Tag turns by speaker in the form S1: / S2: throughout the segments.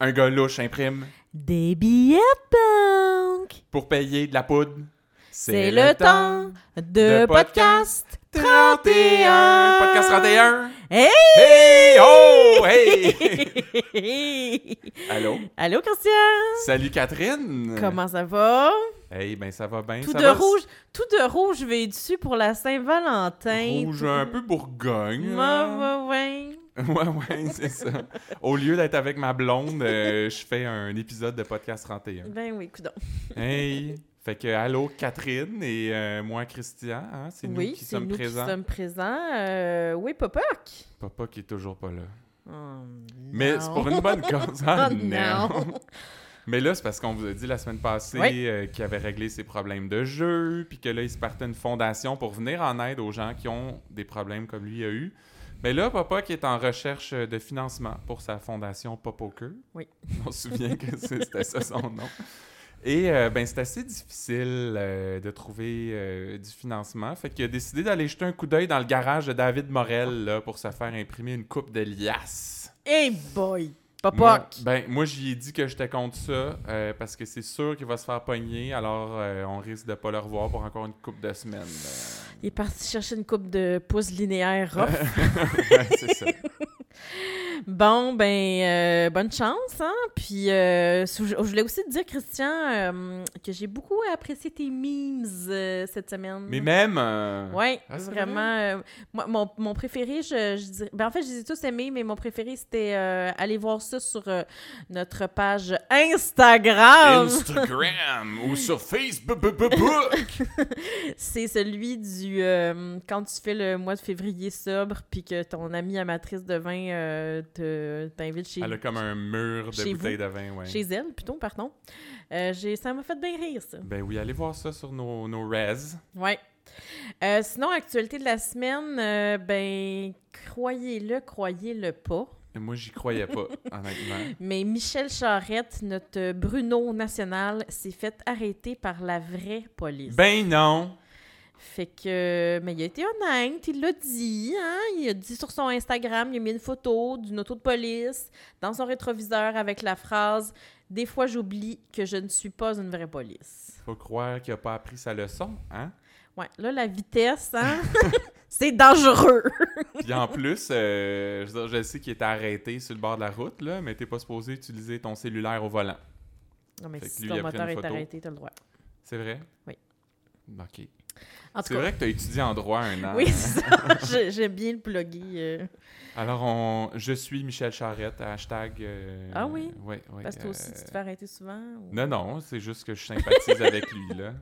S1: un gars louche imprime
S2: Des billets de banque.
S1: pour payer de la poudre.
S2: C'est le temps de
S1: de
S2: podcast
S1: podcast
S2: 31.
S1: Podcast 31!
S2: Hey!
S1: Hey! Oh! Hey! Allô?
S2: Allô, Christian?
S1: Salut Catherine!
S2: Comment ça va?
S1: Hey, ben ça va Euh. bien.
S2: Tout
S1: ça
S2: de
S1: va?
S2: rouge, tout de rouge vêtu pour la Saint-Valentin.
S1: Rouge un peu hein? bourgogne.
S2: Ouais,
S1: là.
S2: ouais, ouais.
S1: Ouais, ouais, c'est ça. Au lieu d'être avec ma blonde, euh, je fais un épisode de Podcast 31.
S2: Ben oui, coudon.
S1: Hey! Fait que, allô Catherine et euh, moi Christian, hein, c'est
S2: oui,
S1: nous qui
S2: c'est
S1: sommes
S2: nous
S1: présents.
S2: qui sommes présents. Euh, oui, Popoc.
S1: Papa qui est toujours pas là.
S2: Oh,
S1: Mais
S2: non.
S1: c'est pour une bonne cause. Ah,
S2: Oh, non.
S1: Mais là, c'est parce qu'on vous a dit la semaine passée
S2: Oui.
S1: euh, qu'il avait réglé ses problèmes de jeu, puis que là, il se partait une fondation pour venir en aide aux gens qui ont des problèmes comme lui a eu. Mais là, Papa qui est en recherche euh, de financement pour sa fondation Popoker.
S2: Oui.
S1: On se souvient que c'est- c'était ça son nom. Et euh, ben c'est assez difficile euh, de trouver euh, du financement. Fait qu'il a décidé d'aller jeter un coup d'œil dans le garage de David Morel là, pour se faire imprimer une coupe de liasses.
S2: Hey boy!
S1: Moi,
S2: Popoc!
S1: ben, moi, j'y ai dit que j'étais contre ça euh, parce que c'est sûr qu'il va se faire pogner. Alors, euh, on risque de pas le revoir pour encore une couple de semaines. euh.
S2: Il est parti chercher une coupe de pouces linéaires
S1: Ah,
S2: rough.
S1: Ouais, c'est ça.
S2: Bon, ben, euh, bonne chance, hein? Puis, euh, sou- je voulais aussi te dire, Christian, euh, que j'ai beaucoup apprécié tes memes euh, cette semaine.
S1: Mais même. euh,
S2: Ouais,
S1: Ah, c'est
S2: vraiment. euh, moi, mon, mon préféré, je, je dirais. Ben, en fait, je les ai tous aimés, mais mon préféré, c'était euh, aller voir ça sur euh, notre page Instagram.
S1: Instagram ou sur Facebook. bu- bu- bu-
S2: C'est celui du euh, quand tu fais le mois de février sobre, puis que ton ami amatrice de vin euh, te- t'invite chez
S1: Elle a comme un mur de
S2: Chez
S1: bouteilles de vin. Ouais.
S2: Chez elle, plutôt, pardon. Euh, j'ai- ça m'a fait bien rire, ça.
S1: Ben oui, allez voir ça sur nos, nos res.
S2: Ouais. Euh, sinon, actualité de la semaine, euh, ben, croyez-le, croyez-le pas.
S1: Et Moi, j'y croyais pas, honnêtement.
S2: Mais Michel Charrette, notre Bruno national, s'est fait arrêter par la vraie police.
S1: Ben non.
S2: Fait que, mais il a été honnête, il l'a dit, hein? Il a dit sur son Instagram, il a mis une photo d'une auto de police dans son rétroviseur avec la phrase Des fois, j'oublie que je ne suis pas une vraie police.
S1: Faut croire qu'il a pas appris sa leçon, hein?
S2: Ouais, là, la vitesse, hein? c'est dangereux.
S1: Puis en plus, euh, je, veux dire, je sais qu'il était arrêté sur le bord de la route, là, mais t'es pas supposé utiliser ton cellulaire au volant.
S2: Non, mais
S1: Fait que
S2: si
S1: lui,
S2: ton
S1: il a pris
S2: moteur
S1: une
S2: est
S1: photo.
S2: arrêté, t'as le droit.
S1: C'est vrai?
S2: Oui.
S1: OK.
S2: En tout
S1: C'est
S2: cas,
S1: vrai que t'as étudié en droit un an.
S2: oui, c'est ça. J'ai- J'aime bien le plugger. euh.
S1: Alors, on... je suis Michel Charrette, hashtag... euh,
S2: Ah oui?
S1: Ouais, ouais,
S2: Parce que toi aussi,
S1: euh,
S2: tu te fais arrêter souvent. ou-
S1: Non, non, c'est juste que je sympathise avec lui, là.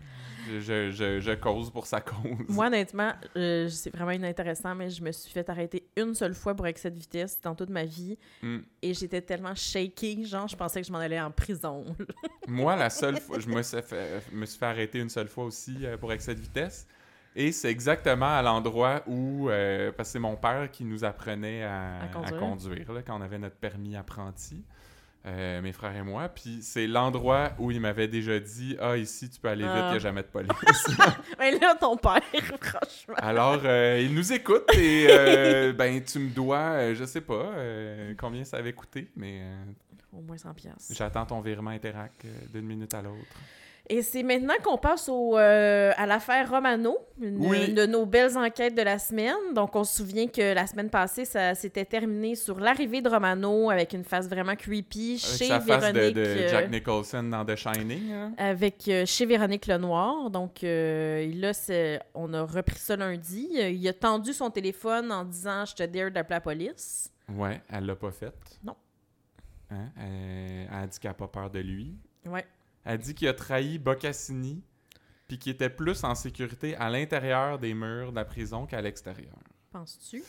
S1: Je, je, je, je cause pour sa cause.
S2: Moi, honnêtement, euh, c'est vraiment inintéressant, mais je me suis fait arrêter une seule fois pour excès de vitesse dans toute ma vie.
S1: Mm.
S2: Et j'étais tellement shaky, genre, je pensais que je m'en allais en prison.
S1: Moi, la seule fois, je me suis, fait, me suis fait arrêter une seule fois aussi euh, pour excès de vitesse. Et c'est exactement à l'endroit où, euh, parce que c'est mon père qui nous apprenait à,
S2: À
S1: à
S2: conduire.
S1: conduire, là, quand on avait notre permis apprenti, euh, mes frères et moi. Puis c'est l'endroit où il m'avait déjà dit Ah, ici, tu peux aller vite, il
S2: Ah.
S1: n'y a jamais de police.
S2: mais là, ton père, franchement.
S1: Alors, euh, il nous écoute et euh, ben, tu me dois, euh, je sais pas euh, combien ça avait coûté, mais euh,
S2: Au moins 100 piastres.
S1: j'attends ton virement Interac euh, d'une minute à l'autre.
S2: Et c'est maintenant qu'on passe au, euh, à l'affaire Romano, une,
S1: Oui.
S2: une de nos belles enquêtes de la semaine. Donc, on se souvient que la semaine passée, ça s'était terminé sur l'arrivée de Romano avec une face vraiment creepy
S1: Avec
S2: chez
S1: sa face de,
S2: Véronique.
S1: de
S2: euh,
S1: Jack Nicholson dans The Shining. hein.
S2: avec euh, chez Véronique Lenoir. Donc euh, là, c'est- on a repris ça lundi. Euh, Il a tendu son téléphone en disant Je te dare d'appeler la police.
S1: Ouais, elle l'a pas faite.
S2: Non.
S1: Hein? Euh, elle a dit qu'elle a pas peur de lui.
S2: Ouais.
S1: Elle a dit qu'il a trahi Bocassini, puis qu'il était plus en sécurité à l'intérieur des murs de la prison qu'à l'extérieur.
S2: Penses-tu?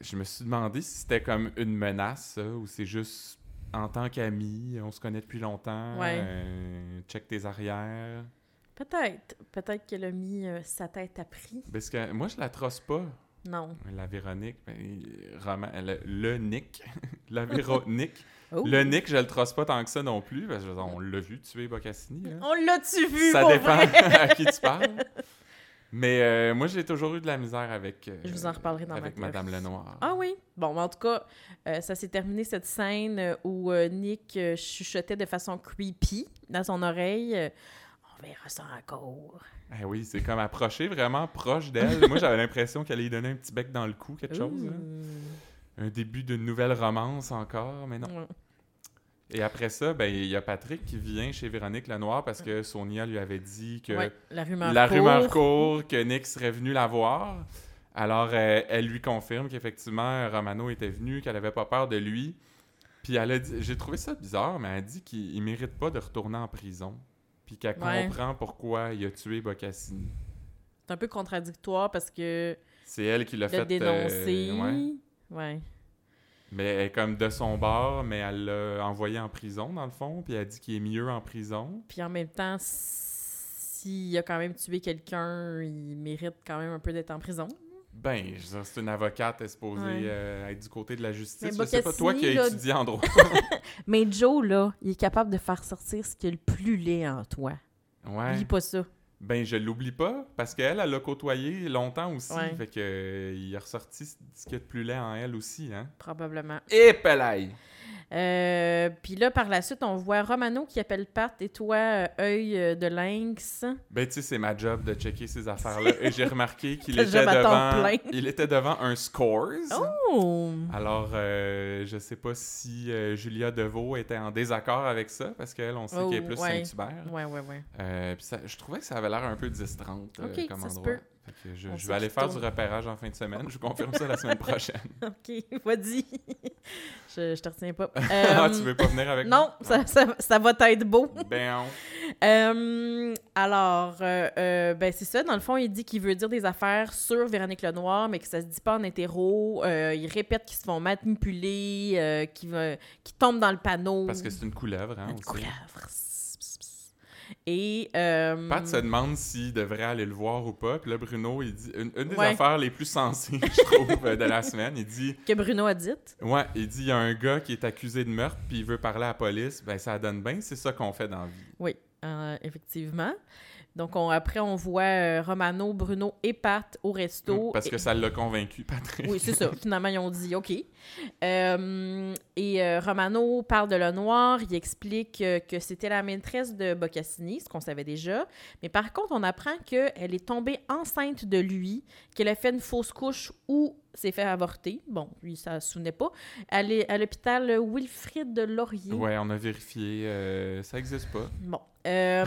S1: Je me suis demandé si c'était comme une menace, ça, ou c'est juste en tant qu'ami, on se connaît depuis longtemps,
S2: Ouais.
S1: euh, check tes arrières.
S2: Peut-être. Peut-être qu'elle a mis euh, sa tête à prix.
S1: Parce que moi, je la trosse pas.
S2: Non.
S1: La Véronique, ben, Roman- le, le Nick, la Véronique.
S2: Oh.
S1: Le Nick, je le trosse pas tant que ça non plus, parce que, je veux dire, on l'a vu tuer Bocassini. là.
S2: On l'a-tu vu?
S1: Ça
S2: pour
S1: dépend
S2: vrai?
S1: à qui tu parles. Mais euh, moi, j'ai toujours eu de la misère avec, euh,
S2: Je vous en reparlerai dans ma
S1: avec
S2: théorie.
S1: Madame Lenoir.
S2: Ah oui. Bon, mais en tout cas, euh, ça s'est terminé cette scène euh, où euh, Nick euh, chuchotait de façon creepy dans son oreille. euh, on verra ça encore.
S1: Ah oui, c'est comme approché vraiment proche d'elle. moi, j'avais l'impression qu'elle allait lui donner un petit bec dans le cou, quelque chose. hein? là. Un début d'une nouvelle romance encore, mais non.
S2: Ouais.
S1: Et après ça, ben, il y a Patrick qui vient chez Véronique Lenoir parce que Sonia lui avait dit que
S2: Ouais, la rumeur
S1: la
S2: court.
S1: rumeur court que Nick serait venu la voir. Alors, euh, elle lui confirme qu'effectivement, Romano était venu, qu'elle avait pas peur de lui. Puis elle a dit, j'ai trouvé ça bizarre, mais elle a dit qu'il il mérite pas de retourner en prison. Puis qu'elle
S2: Ouais.
S1: comprend pourquoi il a tué Bocassini.
S2: C'est un peu contradictoire parce que
S1: C'est elle qui l'a
S2: de
S1: fait.
S2: dénoncer.
S1: euh, ouais.
S2: ouais.
S1: Mais elle est comme de son bord, mais elle l'a envoyé en prison, dans le fond. Puis elle dit qu'il est mieux en prison.
S2: Puis en même temps, s'il a quand même tué quelqu'un, il mérite quand même un peu d'être en prison.
S1: Ben, je veux dire, c'est une avocate exposée
S2: Ouais.
S1: être du côté de la justice.
S2: Mais
S1: je sais pas, toi qui
S2: Bocassini, là-
S1: as étudié en droit.
S2: Mais Joe, là, il est capable de faire sortir ce qui est le plus laid en toi.
S1: ouais.
S2: Oublie pas ça.
S1: Ben, je l'oublie pas, parce qu'elle, elle l'a côtoyé longtemps aussi.
S2: Ouais.
S1: Fait que, euh, il a ressorti ce ce qu'il y a de plus laid en elle aussi, hein.
S2: Probablement.
S1: Et pelaille!
S2: Euh, Puis là, par la suite, on voit Romano qui appelle Pat et toi, euh, œil euh, de lynx.
S1: Ben, tu sais, c'est ma job de checker ces affaires-là. Et j'ai remarqué qu'il
S2: Ta
S1: était
S2: job à temps
S1: devant...
S2: plein.
S1: Il était devant un Scores.
S2: Oh!
S1: Alors, euh, je sais pas si euh, Julia Deveau était en désaccord avec ça, parce qu'elle, on sait
S2: Oh,
S1: qu'elle est plus
S2: ouais.
S1: Saint-Hubert.
S2: Ouais, ouais, ouais.
S1: Euh, puis ça- je trouvais que ça avait l'air un peu 10-30 euh,
S2: Ok,
S1: comme
S2: ça se
S1: endroit.
S2: peut.
S1: Fait que je,
S2: On
S1: je
S2: sait
S1: vais aller
S2: qui
S1: faire
S2: tourne.
S1: du repérage en fin de semaine. Je vous confirme ça la semaine prochaine.
S2: OK, vas-y. je, je te retiens pas.
S1: ah,
S2: Euh,
S1: tu veux pas venir avec moi?
S2: Non, ça, ça- ça va être beau.
S1: Ben,
S2: Euh, alors, euh, euh, ben c'est ça. Dans le fond, il dit qu'il veut dire des affaires sur Véronique Lenoir, mais que ça se dit pas en hétéro. Euh, il répète qu'ils se font manipuler, euh, qu'ils va- qu'ils tombent dans le panneau.
S1: parce que c'est une coulèvre, hein,
S2: Une
S1: aussi.
S2: couleuvre. Pss, pss, pss. Ah, Et. euh,
S1: Pat se demande s'il devrait aller le voir ou pas. Puis là, Bruno, il dit... Une, une des
S2: Ouais.
S1: affaires les plus sensées, je trouve, euh, de la semaine, il dit...
S2: Que Bruno a dit.
S1: Ouais, il dit, il y a un gars qui est accusé de meurtre, puis il veut parler à la police. Ben, ça donne bien, c'est ça qu'on fait dans la vie.
S2: Oui, euh, effectivement. Donc, on- après, on voit euh, Romano, Bruno et Pat au resto.
S1: Parce que
S2: Et-
S1: ça l'a convaincu, Patrick.
S2: Oui, c'est ça. Finalement, ils ont dit OK. Euh, et euh, Romano parle de le noir. Il explique euh, que c'était la maîtresse de Boccassini, ce qu'on savait déjà. Mais par contre, on apprend qu'elle est tombée enceinte de lui, qu'elle a fait une fausse couche ou s'est fait avorter. Bon, lui, ça ne se souvenait pas. Elle est à l'hôpital Wilfrid de Laurier.
S1: Ouais, on a vérifié. euh, ça existe pas.
S2: Bon. Euh,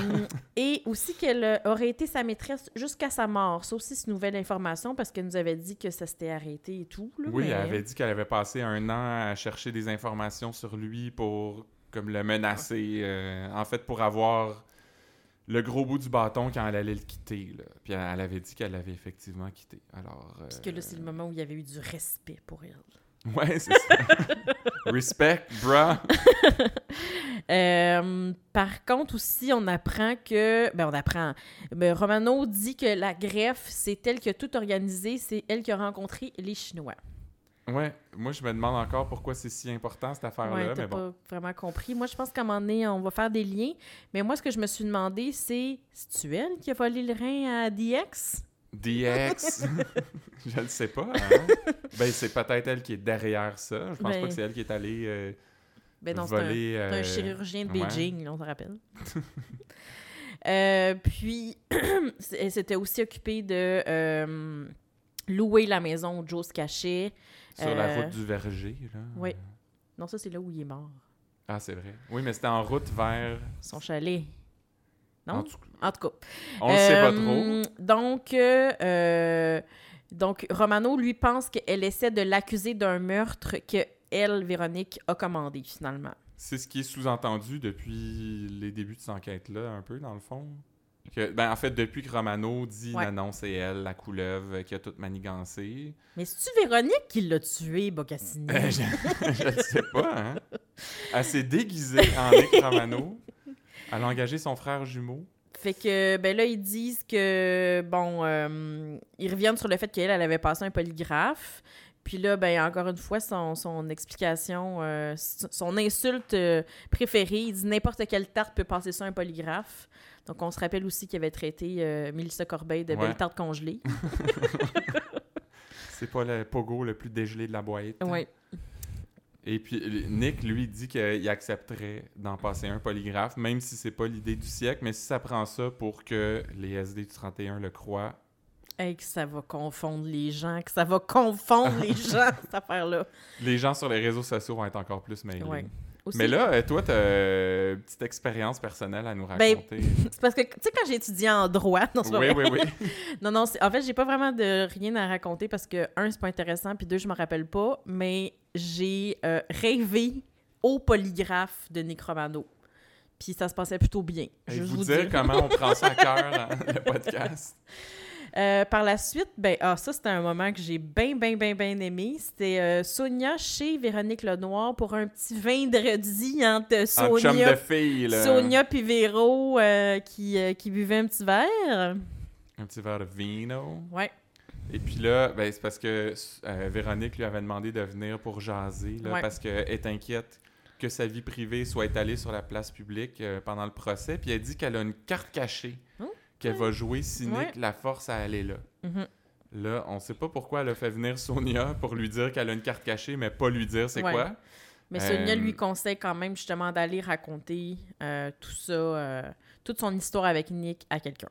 S2: et aussi qu'elle euh, aurait été sa maîtresse jusqu'à sa mort. Ça aussi, c'est une nouvelle information parce qu'elle nous avait dit que ça s'était arrêté et tout. là,
S1: Oui,
S2: mais-
S1: elle avait dit qu'elle avait passé un an à chercher des informations sur lui pour comme le menacer,
S2: Ah.
S1: euh, en fait pour avoir le gros bout du bâton quand elle allait le quitter. là. Puis elle, elle avait dit qu'elle l'avait effectivement quitté. Alors. euh,
S2: Puis que là, c'est le moment où il y avait eu du respect pour elle.
S1: Ouais, c'est ça. Respect, bruh.
S2: Euh, par contre, aussi, on apprend que. Ben, on apprend. Ben, Romano dit que la greffe, c'est elle qui a tout organisé, c'est elle qui a rencontré les Chinois.
S1: Ouais, moi je me demande encore pourquoi c'est si important cette affaire-là,
S2: Ouais, t'as
S1: mais bon.
S2: pas vraiment compris. Moi, je pense qu'à un moment donné, on va faire des liens. Mais moi, ce que je me suis demandé, c'est c'est-tu elle qui a volé le rein à DX?
S1: DX, je le sais pas. hein. Ben c'est peut-être elle qui est derrière ça. Je pense
S2: Ben-
S1: pas que c'est elle qui est allée euh,
S2: Ben non, c'est un,
S1: voler.
S2: c'est un
S1: euh,
S2: chirurgien de
S1: ouais.
S2: Beijing, là, on se rappelle. Euh, puis, c'est- elle s'était aussi occupée de euh, louer la maison où Joe se cachait.
S1: Sur la
S2: Euh,
S1: route du verger, là.
S2: oui. Non, ça, c'est là où il est mort.
S1: Ah, c'est vrai. Oui, mais c'était en route vers.
S2: Son chalet. Non?
S1: En
S2: En
S1: tout
S2: tout,
S1: cas,
S2: cas.
S1: on le sait pas trop.
S2: Euh, Donc, euh, euh, donc, Romano, lui, pense qu'elle essaie de l'accuser d'un meurtre que elle, Véronique, a commandé, finalement.
S1: C'est ce qui est sous-entendu depuis les débuts de cette enquête-là, un peu, dans le fond. Que, ben, en fait, depuis que Romano dit
S2: Ouais.
S1: non, non, c'est elle, la couleuvre, qui a toute manigancé.
S2: Mais c'est-tu Véronique qui l'a tué, Bocassini?
S1: Euh, je je le sais pas, hein. Elle s'est déguisée en Nick Romano. Elle a engagé son frère jumeau.
S2: Fait que, ben là, ils disent que, bon, euh, ils reviennent sur le fait qu'elle, elle avait passé un polygraphe, Puis là, ben, encore une fois, son, son explication, euh, s- son insulte euh, préférée, il dit n'importe quelle tarte peut passer ça un polygraphe. Donc, on se rappelle aussi qu'il avait traité euh, Mélissa Corbeil de
S1: Ouais.
S2: belle tarte congelée.
S1: C'est pas le pogo le plus dégelé de la boîte.
S2: oui.
S1: Et puis l- Nick, lui, dit qu'il accepterait d'en passer un polygraphe, même si c'est pas l'idée du siècle, mais si ça prend ça pour que les SD du 31 le croient.
S2: Hey, que ça va confondre les gens, que ça va confondre les gens, cette affaire-là.
S1: Les gens sur les réseaux sociaux vont être encore plus mêlés.
S2: Ouais. Aussi-
S1: Mais là, euh, toi, t'as euh, une petite expérience personnelle à nous
S2: Ben,
S1: raconter.
S2: c'est parce que, tu sais, quand j'ai étudié en droit, non, c'est pas
S1: oui,
S2: vrai.
S1: oui, oui.
S2: Non, non, c'est- en fait, j'ai pas vraiment de rien à raconter parce que, un, c'est pas intéressant, puis deux, je me rappelle pas, mais j'ai euh, rêvé au polygraphe de Necromano. Puis ça se passait plutôt bien.
S1: Je
S2: Juste
S1: vous, dire, comment on prend ça à cœur, hein, le podcast.
S2: Euh, par la suite, ben, ah, ça, c'était un moment que j'ai bien, bien, bien, bien aimé. C'était euh, Sonia chez Véronique Lenoir pour un petit vendredi entre
S1: En chum de euh,
S2: Sonia,
S1: fille, là.
S2: Sonia puis Véro euh, qui, euh, qui buvaient un petit verre.
S1: Un petit verre de vino.
S2: Ouais.
S1: Et puis là, ben, c'est parce que euh, Véronique lui avait demandé de venir pour jaser, là,
S2: Ouais.
S1: parce qu'elle est inquiète que sa vie privée soit étalée sur la place publique euh, pendant le procès. Puis elle dit qu'elle a une carte cachée
S2: Ok.
S1: qu'elle va jouer si Nick
S2: Oh. Ouais.
S1: la force à aller là.
S2: Mhm.
S1: Là, on sait pas pourquoi elle a fait venir Sonia pour lui dire qu'elle a une carte cachée, mais pas lui dire c'est
S2: Ouais.
S1: quoi.
S2: Mais
S1: Euh,
S2: Sonia lui conseille quand même justement d'aller raconter euh, tout ça, euh, toute son histoire avec Nick à quelqu'un.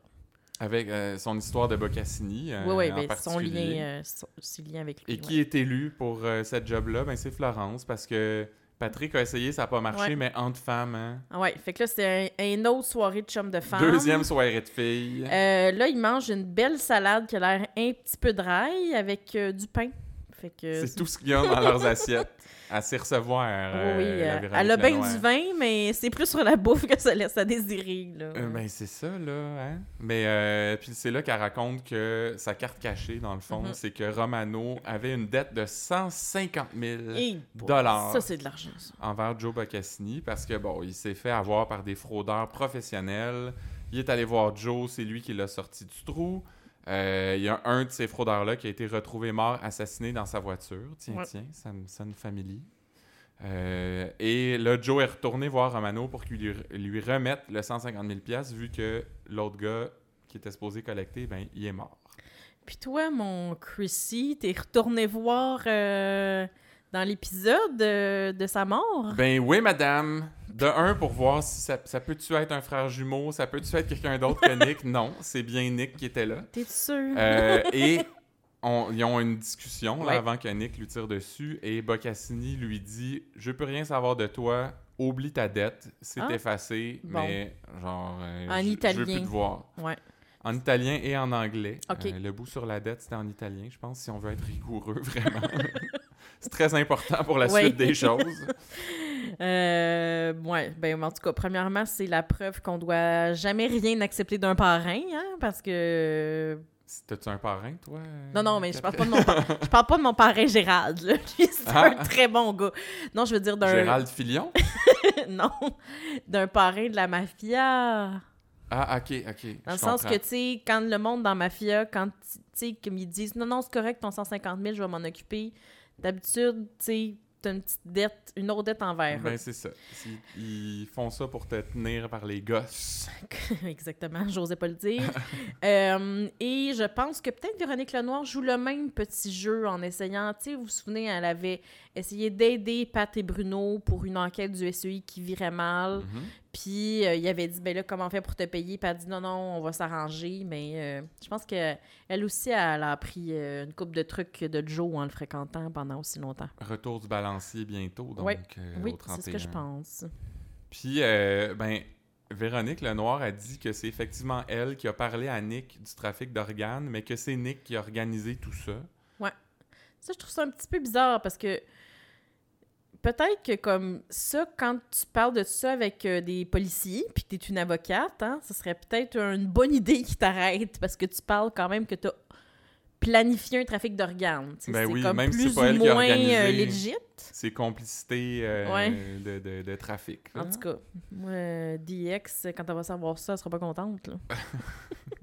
S1: Avec euh, son histoire de Boccassini, euh,
S2: oui, oui,
S1: en
S2: mais son
S1: particulier.
S2: lien, euh, son- ses liens avec lui.
S1: Et qui est élue pour euh, cette job-là? Ben, c'est Florence, parce que Patrick a essayé, ça n'a pas marché,
S2: Ouais.
S1: mais entre femmes, hein.
S2: Ah ouais, fait que là, c'est un, une autre soirée de chum de femme.
S1: Deuxième soirée de filles.
S2: Euh, là, il mange une belle salade qui a l'air un petit peu dry avec euh, du pain. Fait que.
S1: c'est tout ce qu'il y a dans leurs assiettes à s'y recevoir.
S2: Oui,
S1: euh,
S2: oui,
S1: la
S2: euh,
S1: Véronique
S2: elle a bien
S1: Lenoir.
S2: du vin, mais c'est plus sur la bouffe que ça laisse à désirer. Là.
S1: Euh, ben, c'est ça, là. Hein? Mais euh, puis c'est là qu'elle raconte que sa carte cachée, dans le fond,
S2: Mhm.
S1: c'est que Romano avait une dette de 150 000
S2: Et
S1: dollars.
S2: Ça, c'est de l'argent, ça.
S1: envers Joe Boccassini parce que, bon, il s'est fait avoir par des fraudeurs professionnels. Il est allé voir Joe, c'est lui qui l'a sorti du trou. Euh, il y a un de ces fraudeurs-là qui a été retrouvé mort, assassiné dans sa voiture. Tiens,
S2: Ouais.
S1: tiens, ça me sonne familier. Euh, et là, Joe est retourné voir Romano pour qu'il lui, lui remette le 150 000 pièces vu que l'autre gars qui était supposé collecter, ben, il est mort.
S2: Puis toi, mon Chrissy, t'es retourné voir euh, dans l'épisode euh, de sa mort.
S1: Ben oui, madame. De un, pour voir si ça, ça peut-tu être un frère jumeau, ça peut-tu être quelqu'un d'autre que Nick? Non, c'est bien Nick qui était là.
S2: T'es sûr?
S1: Euh, et on- ils ont une discussion là,
S2: Ouais.
S1: avant que Nick lui tire dessus et Boccassini lui dit « Je peux rien savoir de toi, oublie ta dette, c'est
S2: Ah.
S1: effacé,
S2: Bon.
S1: mais genre, euh,
S2: En
S1: je- je
S2: italien.
S1: veux plus te voir.
S2: Ouais.
S1: En italien et en anglais.
S2: Ok.
S1: Euh, le bout sur la dette, c'était en italien, je pense, si on veut être rigoureux, vraiment. c'est très important pour la
S2: Ouais.
S1: suite des choses.
S2: Euh, ouais, ben en tout cas, premièrement, c'est la preuve qu'on doit jamais rien accepter d'un parrain, hein, parce que...
S1: T'as-tu un parrain, toi?
S2: Non, non, mais je parle pas de mon, par- je parle pas de mon parrain Gérald, là. Lui, c'est un très bon gars. Non, je veux dire d'un...
S1: Ah. Gérald Filion?
S2: non, d'un parrain de la mafia.
S1: Ah, ok, ok.
S2: Dans
S1: je
S2: le sens que,
S1: comprends.
S2: tu sais, quand le monde dans Mafia, quand, tu sais, comme ils disent, non, non, c'est correct, ton 150 000, je vais m'en occuper. D'habitude, tu sais, t'as une petite dette, une autre dette envers
S1: Ben, c'est ça. C'est- Ils font ça pour te tenir par les gosses.
S2: eux. Exactement, j'osais pas le dire. Euh, et je pense que peut-être Véronique Lenoir joue le même petit jeu en essayant, tu sais, vous vous souvenez, elle avait essayé d'aider Pat et Bruno pour une enquête du SEI qui virait mal.
S1: Mhm.
S2: Puis euh, il avait dit, ben là, comment on fait pour te payer? Puis elle a dit, non, non, on va s'arranger. Mais euh, je pense que elle aussi, elle a appris euh, une coupe de trucs de Joe en le fréquentant pendant aussi longtemps.
S1: Retour du balancier bientôt, donc
S2: Ouais.
S1: euh,
S2: oui,
S1: au
S2: c'est ce que je
S1: 31.
S2: pense.
S1: Puis, euh, ben, Véronique Lenoir a dit que c'est effectivement elle qui a parlé à Nick du trafic d'organes, mais que c'est Nick qui a organisé tout ça.
S2: Ça, je trouve ça un petit peu bizarre parce que peut-être que comme ça, quand tu parles de ça avec euh, des policiers puis que tu es une avocate, hein, ce serait peut-être une bonne idée qu'ils t'arrêtent parce que tu parles quand même que tu as planifié un trafic d'organes. Tu sais,
S1: Ben
S2: c'est
S1: oui,
S2: comme
S1: même si
S2: plus
S1: c'est pas
S2: ou
S1: elle qui a
S2: moins euh,
S1: organisé.
S2: legit.
S1: C'est complicité euh,
S2: Ouais.
S1: de, de- de trafic. là.
S2: En tout cas, moi, DX, quand elle va savoir ça, elle sera pas contente. là.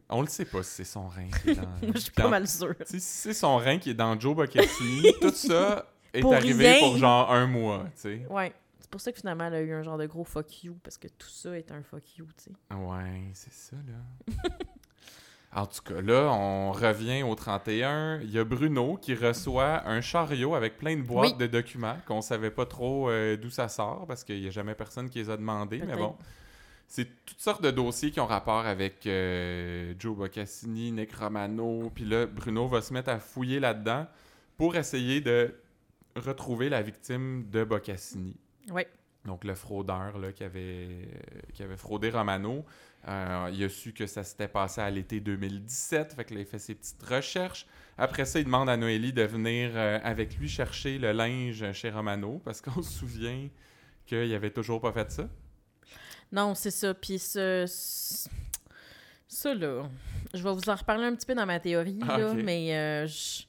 S1: On le sait pas si c'est son rein qui est dans.
S2: Moi, je suis
S1: dans-
S2: pas mal sûre.
S1: Tu sais, Si c'est son rein qui est dans Joe Bucketty, tout ça est
S2: Pour
S1: arrivé
S2: rien.
S1: pour genre un mois, tu sais.
S2: Ouais. C'est pour ça que finalement, elle a eu un genre de gros fuck you, parce que tout ça est un fuck you, tu sais.
S1: Ouais, c'est ça, là. en tout cas, là, on revient au 31. Il y a Bruno qui reçoit un chariot avec plein de boîtes
S2: Oui.
S1: de documents qu'on savait pas trop euh, d'où ça sort parce qu'il n'y a jamais personne qui les a demandés, mais
S2: Peut-être.
S1: bon. C'est toutes sortes de dossiers qui ont rapport avec euh, Joe Boccassini, Nick Romano. Puis là, Bruno va se mettre à fouiller là-dedans pour essayer de retrouver la victime de Boccassini.
S2: Ouais.
S1: Donc, le fraudeur là, qui, avait, euh, qui avait fraudé Romano. Euh, il a su que ça s'était passé à l'été 2017, fait qu'il a fait ses petites recherches. Après ça, il demande à Noélie de venir euh, avec lui chercher le linge chez Romano, parce qu'on se souvient qu'il avait toujours pas fait ça.
S2: Non, c'est ça. Puis ce... ce- Ça, là, je vais vous en reparler un petit peu dans ma théorie,
S1: Ah,
S2: là,
S1: ok.
S2: mais euh, je-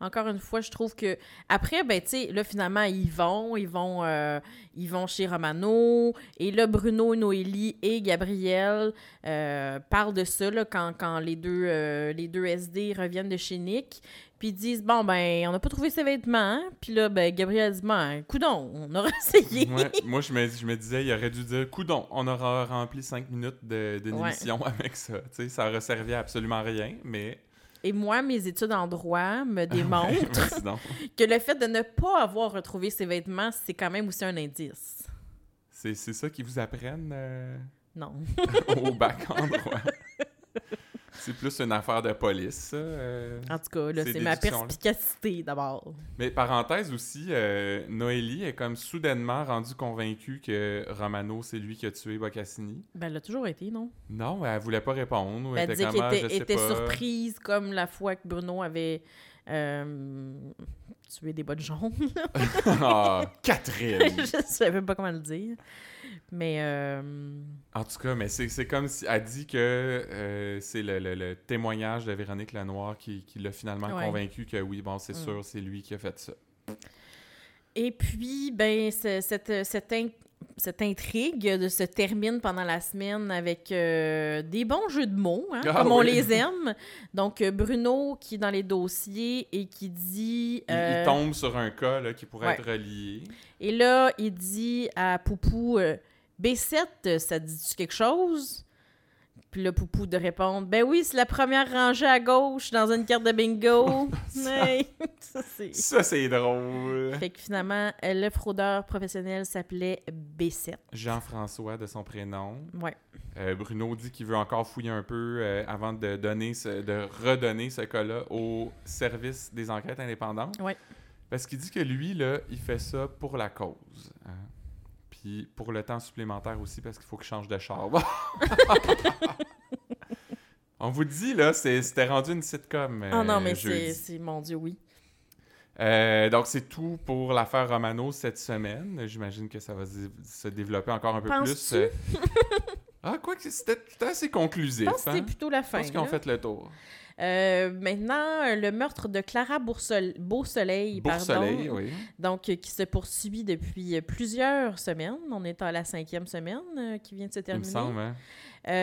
S2: encore une fois, je trouve que... Après, ben, tu sais, là, finalement, ils vont, ils vont, euh, ils vont chez Romano, et là, Bruno, Noélie et Gabriel euh, parlent de ça, là, quand, quand les, deux, euh, les deux SD reviennent de chez Nick, puis ils disent, bon, ben, on n'a pas trouvé ses vêtements, puis là, ben, Gabriel dit, ben, coudon, on aurait essayé.
S1: Ouais, moi, je me, je me disais, il aurait dû dire Coudon, on aura rempli cinq minutes de, d'une
S2: Ouais.
S1: émission avec ça. Tu sais, ça aurait servi à absolument rien, mais.
S2: Et moi, mes études en droit
S1: Ah
S2: me
S1: Ouais,
S2: démontrent
S1: mais sinon,
S2: que le fait de ne pas avoir retrouvé ses vêtements, c'est quand même aussi un indice.
S1: c'est, c'est ça qu'ils vous apprennent euh,
S2: Non.
S1: au bac en droit. C'est plus une affaire de police, ça. euh.
S2: En tout cas, là,
S1: Ces
S2: c'est ma
S1: déductions-là.
S2: perspicacité d'abord.
S1: Mais parenthèse aussi, euh, Noélie est comme soudainement rendue convaincue que Romano, c'est lui qui a tué Boccassini.
S2: Ben, elle a toujours été, non?
S1: Non, elle voulait pas répondre. ou
S2: elle
S1: était
S2: dit
S1: comme, Ah,
S2: qu'elle
S1: je
S2: était,
S1: sais
S2: était
S1: pas.
S2: surprise, comme la fois que Bruno avait euh, tué des bottes jaunes.
S1: Ah, Catherine!
S2: je savais pas comment le dire. Mais, euh,
S1: En tout cas, mais c'est c'est comme si elle dit que euh, c'est le, le- le témoignage de Véronique Lanoir qui, qui l'a finalement
S2: Ouais.
S1: convaincu que oui, bon, c'est
S2: Mm.
S1: sûr, c'est lui qui a fait ça.
S2: Et puis, ben, ce- cette, cette, in- cette intrigue de se termine pendant la semaine avec euh, des bons jeux de mots, hein,
S1: Ah
S2: comme on
S1: oui.
S2: les aime. Donc, euh, Bruno qui est dans les dossiers et qui dit...
S1: Il, il
S2: euh,
S1: tombe sur un cas là, qui pourrait
S2: ouais.
S1: être relié.
S2: Et là, il dit à Poupou, euh, B7, euh, ça te dit-tu quelque chose? Puis là, Poupou de répondre, ben oui, c'est la première rangée à gauche dans une carte de bingo. Ouais, ça, c'est...
S1: Ça, c'est drôle!
S2: Fait que finalement, euh, le fraudeur professionnel s'appelait B7.
S1: Jean-François de son prénom.
S2: Ouais.
S1: Euh, Bruno dit qu'il veut encore fouiller un peu euh, avant de donner ce- de redonner ce cas-là au service des enquêtes indépendantes.
S2: Ouais.
S1: Parce qu'il dit que lui, là, il fait ça pour la cause. hein. Puis pour le temps supplémentaire aussi, parce qu'il faut qu'il change de char. On vous dit, là, c'est- c'était rendu une sitcom.
S2: Ah non,
S1: euh,
S2: mais
S1: jeudi.
S2: c'est, c'est- mon Dieu, oui.
S1: Euh, donc, c'est tout pour l'affaire Romano cette semaine. J'imagine que ça va se- se développer encore un peu plus.
S2: Penses-tu?
S1: euh. ah, quoi que c'était c'était assez
S2: Je
S1: conclusif.
S2: pense que c'est
S1: hein?
S2: plutôt la
S1: Je
S2: fin.
S1: pense qu'ils ont
S2: là.
S1: fait le tour.
S2: Euh, maintenant, euh, le meurtre de Clara Boursole- Beausoleil,
S1: Boursoleil,
S2: pardon,
S1: oui.
S2: donc euh, qui se poursuit depuis euh, plusieurs semaines. On est à la cinquième semaine euh, qui vient de se
S1: Il me
S2: terminer.
S1: semble. hein.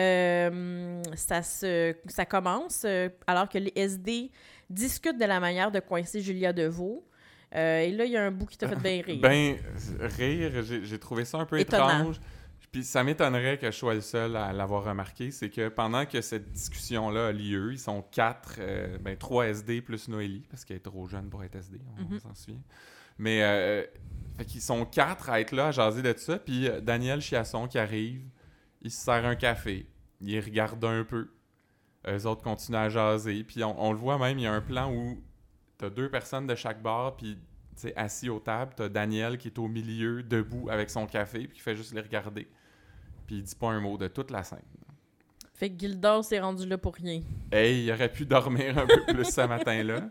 S2: Euh, ça, se, ça commence euh, alors que les SD discutent de la manière de coincer Julia Deveau. Euh, et là, il y a un bout qui t'a fait bien rire.
S1: Ben, rire, j'ai j'ai trouvé ça un peu
S2: Étonnant.
S1: étrange. Puis ça m'étonnerait que je sois le seul à l'avoir remarqué. C'est que pendant que cette discussion-là a lieu, ils sont quatre, euh, ben trois SD plus Noélie, parce qu'elle est trop jeune pour être SD, on
S2: Mhm.
S1: s'en souvient. Mais, euh, fait qu'ils sont quatre à être là, à jaser de tout ça. Puis euh, Daniel Chiasson qui arrive, il se sert un café, il regarde un peu. Eux autres continuent à jaser. Puis on, on le voit même, il y a un plan où t'as deux personnes de chaque bar, puis tu sais, assis aux tables, t'as Daniel qui est au milieu, debout avec son café, puis qui fait juste les regarder. Puis il dit pas un mot de toute la scène.
S2: Fait que Gildor s'est rendu là pour rien.
S1: Hey, il aurait pu dormir un peu plus ce matin-là.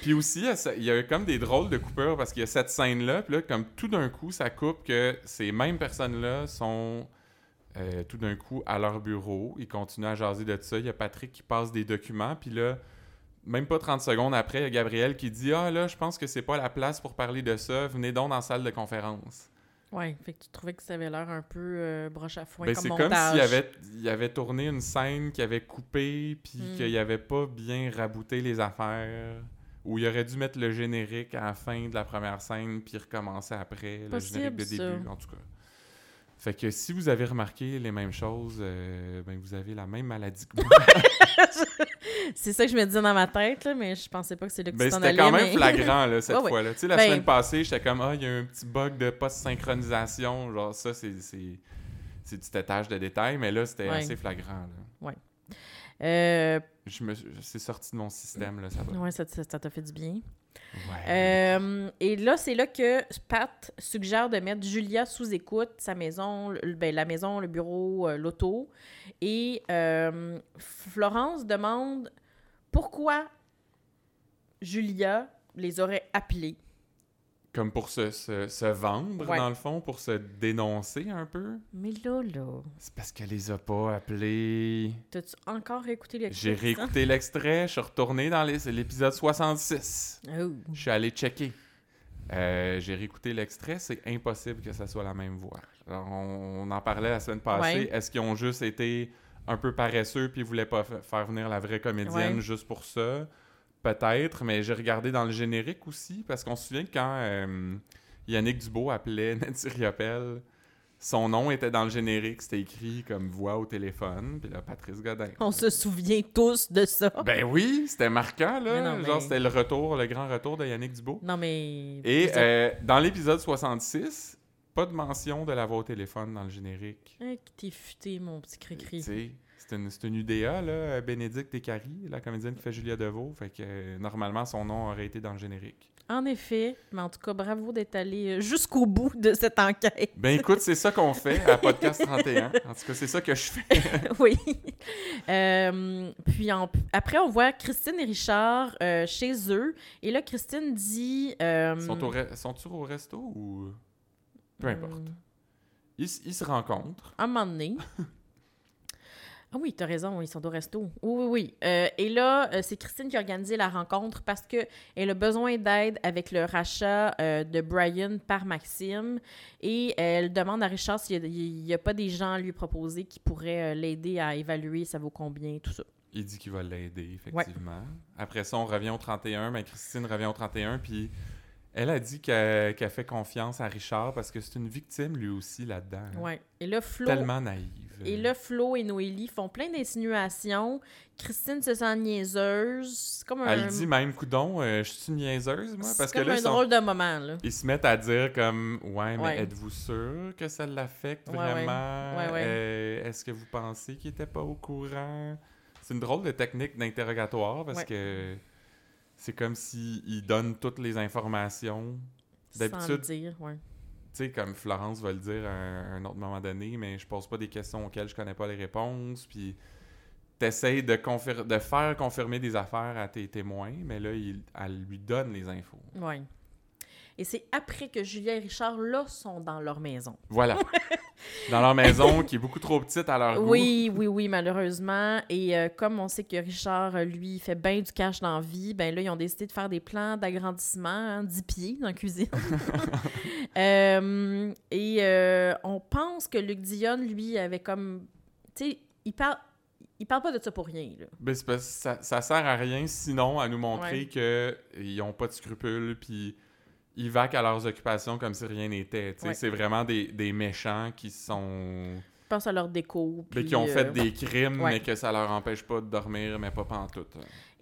S1: Puis aussi, il y a ça- il y a eu comme des drôles de coupeurs parce qu'il y a cette scène-là, puis là, comme tout d'un coup, ça coupe que ces mêmes personnes-là sont euh, tout d'un coup à leur bureau. Ils continuent à jaser de ça. Il y a Patrick qui passe des documents, puis là, même pas 30 secondes après, il y a Gabriel qui dit Ah là, je pense que c'est pas la place pour parler de ça, venez donc dans la salle de conférence.
S2: Ouais, fait que tu trouvais que ça avait l'air un peu euh, broche à foin
S1: Ben,
S2: comme
S1: c'est
S2: montage.
S1: comme s'il avait, il avait tourné une scène qu'il avait coupée, puis
S2: Mm.
S1: qu'il avait pas bien rabouté les affaires. Ou il aurait dû mettre le générique à la fin de la première scène, puis recommencer après, le
S2: Possible,
S1: générique de
S2: ça.
S1: début, en tout cas. Fait que si vous avez remarqué les mêmes choses, euh, ben vous avez la même maladie que moi.
S2: C'est ça que je me disais dans ma tête, là, mais je pensais pas que c'est là que
S1: Ben,
S2: tu t'en
S1: c'était
S2: allais.
S1: quand même
S2: mais-
S1: flagrant là, cette
S2: Ouais, ouais.
S1: fois-là. Tu sais, la
S2: Ben-
S1: semaine passée, j'étais comme Ah, il y a eu un petit bug de post-synchronisation. Genre, ça, c'est c'est- c'est du tâche de détail, mais là, c'était
S2: Ouais.
S1: assez flagrant. là.
S2: Euh,
S1: Je me suis- C'est sorti de mon système, là, ça va.
S2: ouais, ça ça- ça t'a fait du bien.
S1: Ouais.
S2: Euh, et là, c'est là que Pat suggère de mettre Julia sous écoute, sa maison, le- ben, la maison, le bureau, euh, l'auto. Et euh, Florence demande pourquoi Julia les aurait appelés.
S1: Comme pour se, se- se vendre,
S2: Ouais.
S1: dans le fond, pour se dénoncer un peu.
S2: Mais là, là,
S1: C'est parce qu'elle les a pas appelés.
S2: t'as-tu encore écouté le hein?
S1: J'ai réécouté l'extrait, je suis retourné dans les- c'est l'épisode 66.
S2: Oh.
S1: Je suis allé checker. Euh, J'ai réécouté l'extrait, c'est impossible que ça soit la même voix. Alors, on, on en parlait la semaine passée.
S2: Ouais.
S1: Est-ce qu'ils ont juste été un peu paresseux puis ils voulaient pas fa- faire venir la vraie comédienne
S2: Ouais.
S1: juste pour ça? Peut-être, mais j'ai regardé dans le générique aussi parce qu'on se souvient que quand euh, Yannick Dubo appelait Nancy Riopelle, son nom était dans le générique, c'était écrit comme voix au téléphone, puis là, Patrice Godin.
S2: On se souvient tous de ça.
S1: Ben oui, c'était marquant, là.
S2: Mais non, mais-
S1: Genre, c'était le retour, le grand retour de Yannick Dubo.
S2: Non, mais...
S1: Et
S2: Vous êtes-
S1: euh, dans l'épisode 66, pas de mention de la voix au téléphone dans le générique.
S2: Hein, que t'es futé, mon petit
S1: Tu
S2: cri-cri.
S1: sais, C'est une, c'est une UDA, là, euh, Bénédicte Descaries, la comédienne qui fait Julia Deveau. Fait que euh, normalement, son nom aurait été dans le générique.
S2: En effet, mais en tout cas, bravo d'être allé euh, jusqu'au bout de cette enquête.
S1: Ben écoute, c'est ça qu'on fait à Podcast 31. En tout cas, c'est ça que je fais.
S2: oui. Euh, puis en- après, on voit Christine et Richard euh, chez eux. Et là, Christine dit. euh,
S1: Sont au re- Sont-ils au resto ou. Peu importe.
S2: euh,
S1: Ils, s- ils se rencontrent.
S2: à un moment donné. Ah oui, t'as raison, ils sont au resto. Oui, oui, oui. Euh, et là, euh, c'est Christine qui a organisé la rencontre parce qu'elle a besoin d'aide avec le rachat euh, de Brian par Maxime. Et euh, elle demande à Richard s'il n'y a, pas des gens à lui proposer qui pourraient euh, l'aider à évaluer ça vaut combien, tout ça.
S1: Il dit qu'il va l'aider, effectivement. Après ça, on revient au 31. Mais Ben, Christine revient au 31, puis elle a dit qu'elle qu'elle fait confiance à Richard parce que c'est une victime, lui aussi, là-dedans. hein.
S2: Ouais. Et là, Flo.
S1: Tellement naïve.
S2: Et là, Flo et Noélie font plein d'insinuations. Christine se sent niaiseuse. C'est comme un,
S1: Elle dit même, coudon, euh, je suis niaiseuse, moi,
S2: c'est
S1: parce que
S2: comme
S1: là,
S2: un
S1: ils, sont-
S2: drôle de moment. Là.
S1: ils se mettent à dire comme, ouais, mais
S2: Ouais.
S1: êtes-vous sûr que ça l'affecte
S2: Ouais, ouais.
S1: vraiment
S2: Ouais, ouais.
S1: Euh, Est-ce que vous pensez qu'il était pas au courant C'est une drôle de technique d'interrogatoire parce
S2: Ouais.
S1: que c'est comme s'ils ils donnent toutes les informations.
S2: Sans le
S1: D'habitude-
S2: dire, ouais.
S1: tu sais, comme Florence va le dire à un, un autre moment donné, mais je pose pas des questions auxquelles je connais pas les réponses, puis t'essayes de, confir- de faire confirmer des affaires à tes témoins, mais là, il, elle lui donne les infos.
S2: ouais. Et c'est après que Julia et Richard, là, sont dans leur maison.
S1: Voilà. Dans leur maison, qui est beaucoup trop petite à leur goût.
S2: Oui, oui, oui, malheureusement. Et euh, comme on sait que Richard, euh, lui, fait bien du cash dans la vie, ben là, ils ont décidé de faire des plans d'agrandissement, hein, 10 pieds dans la cuisine. Euh, et euh, on pense que Luc Dion, lui, avait comme. Tu sais, il parle. Il parle pas de ça pour rien, là.
S1: Ben, c'est parce que ça, ça sert à rien sinon à nous montrer
S2: Ouais.
S1: que qu'ils ont pas de scrupules, puis ils vaquent à leurs occupations comme si rien n'était. tu sais.
S2: Ouais.
S1: C'est vraiment des, des méchants qui sont
S2: Je pense à leur déco.
S1: Mais
S2: puis,
S1: qui Ben, ont
S2: euh,
S1: fait des crimes,
S2: ouais.
S1: mais que ça leur empêche pas de dormir, mais pas pantoute.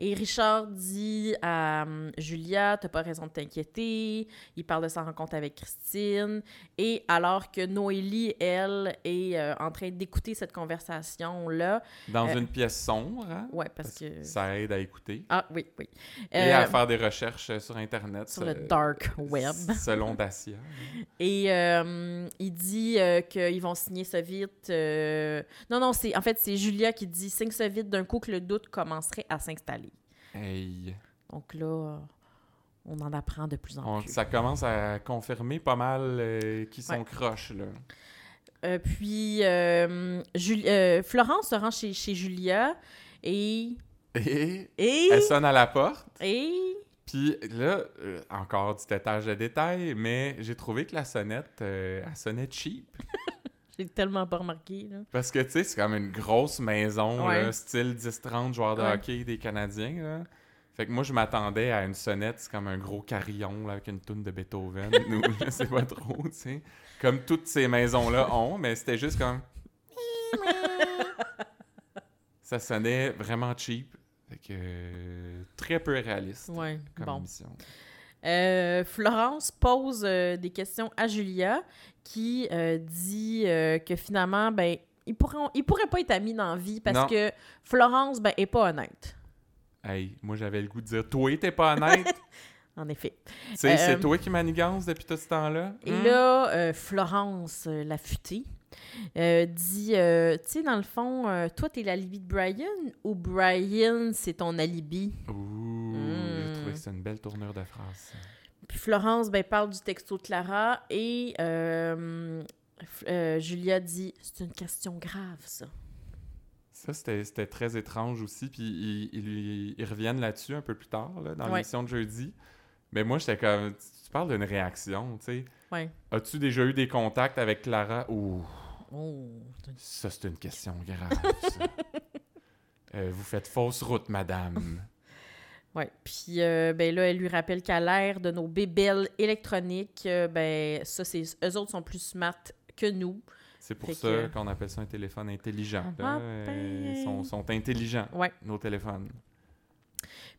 S2: Et Richard dit à hum, Julia, t'as pas raison de t'inquiéter. Il parle de sa rencontre avec Christine. Et alors que Noélie, elle, est euh, en train d'écouter cette conversation-là.
S1: Dans
S2: Euh,
S1: une pièce sombre, hein,
S2: Ouais,
S1: parce
S2: parce que.
S1: ça aide à écouter.
S2: Ah oui, oui.
S1: Et
S2: Euh,
S1: à euh, faire des recherches sur Internet.
S2: sur
S1: se-
S2: le dark web.
S1: Selon Dacia.
S2: Et euh, il dit euh, qu'ils vont signer ça vite. euh, Non, non, c'est en fait, c'est Julia qui dit signe ça vite d'un coup que le doute commencerait à s'installer.
S1: Hey.
S2: Donc là, euh, on en apprend de plus en
S1: On-
S2: plus.
S1: ça commence à confirmer pas mal euh, qui sont croches, là.
S2: Euh, puis euh, Jul- euh, Florence se rend chez, chez Julia et.
S1: Et
S2: Et.
S1: elle sonne à la porte,
S2: Et.
S1: Puis là, euh, encore du étage de détail, mais j'ai trouvé que la sonnette, euh, elle sonnait cheap.
S2: J'ai tellement pas remarqué. Là.
S1: Parce que, tu sais, c'est comme une grosse maison,
S2: Ouais.
S1: là, style 10-30 joueurs de
S2: Ouais.
S1: hockey des Canadiens. là. Fait que moi, je m'attendais à une sonnette, c'est comme un gros carillon là, avec une toune de Beethoven. ou je sais pas trop, tu sais. Comme toutes ces maisons-là ont, mais c'était juste comme. Ça sonnait vraiment cheap. Fait que euh, très peu réaliste
S2: Ouais,
S1: comme
S2: bon.
S1: émission.
S2: Euh, Florence pose euh, des questions à Julia qui euh, dit euh, que finalement, ben, ils pourront, ils pourraient pas être amis dans la vie parce
S1: Non.
S2: que Florence, ben, est pas honnête.
S1: Hey, moi j'avais le goût de dire Toi, t'es pas honnête.
S2: En effet.
S1: Tu sais,
S2: Euh,
S1: c'est toi qui manigance depuis tout ce temps-là.
S2: Et
S1: Hmm.
S2: là, euh, Florence, euh, la futée, euh, dit euh, Tu sais, dans le fond, euh, toi, t'es l'alibi de Brian ou Brian, c'est ton alibi
S1: Ouh,
S2: Hmm.
S1: j'ai trouvé que c'était une belle tournure de phrase. ça.
S2: Puis Florence, ben, parle du texto de Clara et euh, F- euh, Julia dit C'est une question grave, ça.
S1: Ça, c'était c'était très étrange aussi. Puis ils, ils lui- ils reviennent là-dessus un peu plus tard, là, dans
S2: Ouais.
S1: l'émission de jeudi. Mais moi, j'étais comme. Tu tu parles d'une réaction, tu sais.
S2: Ouais.
S1: As-tu déjà eu des contacts avec Clara Ouh,
S2: Oh,
S1: ça, c'est une question grave, ça. Euh, vous faites fausse route, madame.
S2: Oui, puis euh, ben là, elle lui rappelle qu'à l'ère de nos bébelles électroniques, euh, ben ça, c'est eux autres sont plus smart que nous.
S1: C'est pour
S2: Fait
S1: ça
S2: que-
S1: qu'on appelle ça un téléphone intelligent.
S2: Ah,
S1: là.
S2: ben.
S1: Euh, Ils sont, sont intelligents,
S2: Ouais.
S1: nos téléphones.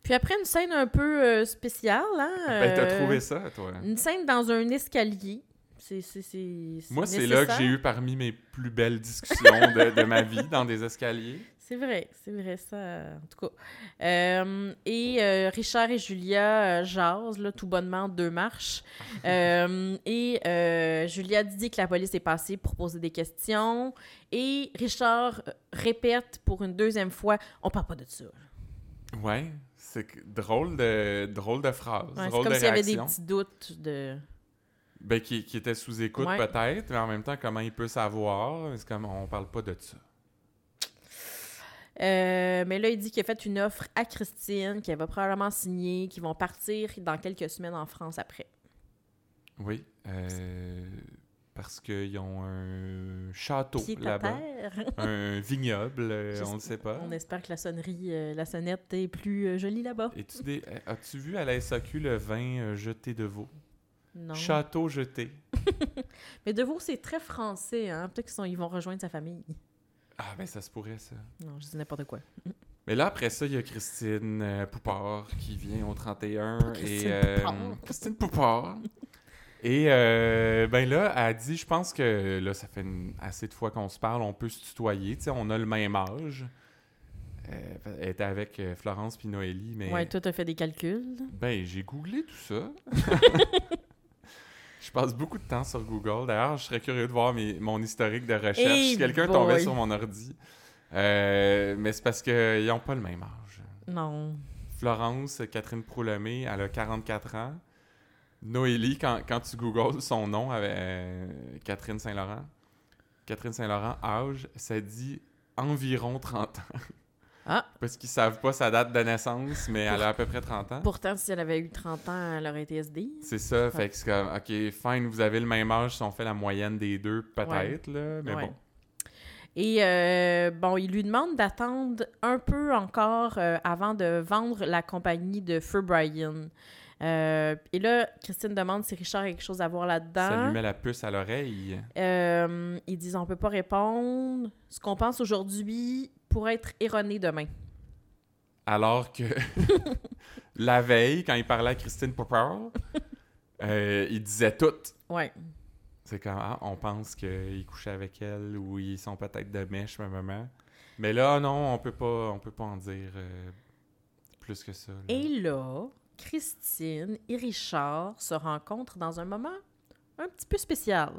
S2: Puis après une scène un peu euh, spéciale, hein.
S1: Ben, t'as
S2: euh,
S1: trouvé ça, toi.
S2: Une scène dans un escalier. C'est c'est c'est
S1: Moi, c'est là que
S2: nécessaire.
S1: j'ai eu parmi mes plus belles discussions de, de ma vie dans des escaliers.
S2: C'est vrai, c'est vrai ça, en tout cas. Euh, et euh, Richard et Julia euh, jasent, là, tout bonnement, deux marches. Euh, et euh, Julia dit que la police est passée pour poser des questions. Et Richard euh, répète pour une deuxième fois « On parle pas de ça.
S1: Ouais, c'est que- drôle de, drôle de phrase,
S2: Ouais, c'est
S1: drôle
S2: comme
S1: de
S2: s'il y avait des
S1: réaction.
S2: petits doutes de...
S1: Ben, qui, qui était sous écoute
S2: Ouais.
S1: peut-être, mais en même temps, comment il peut savoir? C'est comme, on parle pas de ça.
S2: Euh, mais là, il dit qu'il a fait une offre à Christine, qu'elle va probablement signer, qu'ils vont partir dans quelques semaines en France après.
S1: Oui, euh, parce qu'ils ont un château
S2: Pied à
S1: là-bas,
S2: terre.
S1: un vignoble, euh,
S2: Je
S1: on le
S2: sais-
S1: sait pas.
S2: On espère que la sonnerie, euh, la sonnette est plus euh, jolie là-bas.
S1: Es-tu des- euh, As-tu vu à la SAQ le vin euh, jeté de veau?
S2: Non.
S1: Château jeté.
S2: Mais de vous, c'est très français, hein. Peut-être qu'ils sont- ils vont rejoindre sa famille.
S1: Ah, ben ça se pourrait, ça.
S2: Non, je dis n'importe quoi.
S1: Mais là, après ça, il y a Christine euh, Poupard qui vient au 31.
S2: Christine
S1: et, euh,
S2: Poupard.
S1: Christine Poupard. Et euh, ben là, elle dit, je pense que là, ça fait une- assez de fois qu'on se parle, on peut se tutoyer, tu sais, on a le même âge. Euh, elle était avec euh, Florence puis Noélie, mais
S2: Ouais, toi, t'as fait des calculs.
S1: ben j'ai googlé tout ça. je passe beaucoup de temps sur Google. D'ailleurs, je serais curieux de voir mes- mon historique de recherche.
S2: Hey
S1: si quelqu'un tombait
S2: boy.
S1: sur mon ordi. Euh, mais c'est parce qu'ils n'ont pas le même âge.
S2: Non.
S1: Florence Catherine Proulemé, elle a 44 ans. Noélie, quand, quand tu googles son nom, avec, euh, Catherine Saint-Laurent, Catherine Saint-Laurent, âge, ça dit environ 30 ans.
S2: Ah.
S1: Parce qu'ils savent pas sa date de naissance, mais elle a à peu près 30 ans.
S2: Pourtant, si elle avait eu 30 ans, elle aurait été SD.
S1: C'est ça,
S2: Ah.
S1: fait que c'est comme, OK, fine, vous avez le même âge si on fait la moyenne des deux, peut-être, là, mais
S2: Ouais.
S1: bon.
S2: Et euh, bon, il lui demande d'attendre un peu encore euh, avant de vendre la compagnie de Feu Brian. Euh, et là, Christine demande si Richard a quelque chose à voir là-dedans.
S1: Ça lui met la puce à l'oreille.
S2: Euh, ils disent on peut pas répondre. Ce qu'on pense aujourd'hui pourrait être erroné demain.
S1: Alors que la veille, quand il parlait à Christine Popper, euh, il disait tout.
S2: Ouais.
S1: C'est comme, ah, on pense qu'il couchait avec elle ou ils sont peut-être de mèche, ma maman. Mais là, non, on peut pas, on peut pas en dire euh, plus que ça. là.
S2: Et là, Christine et Richard se rencontrent dans un moment un petit peu spécial.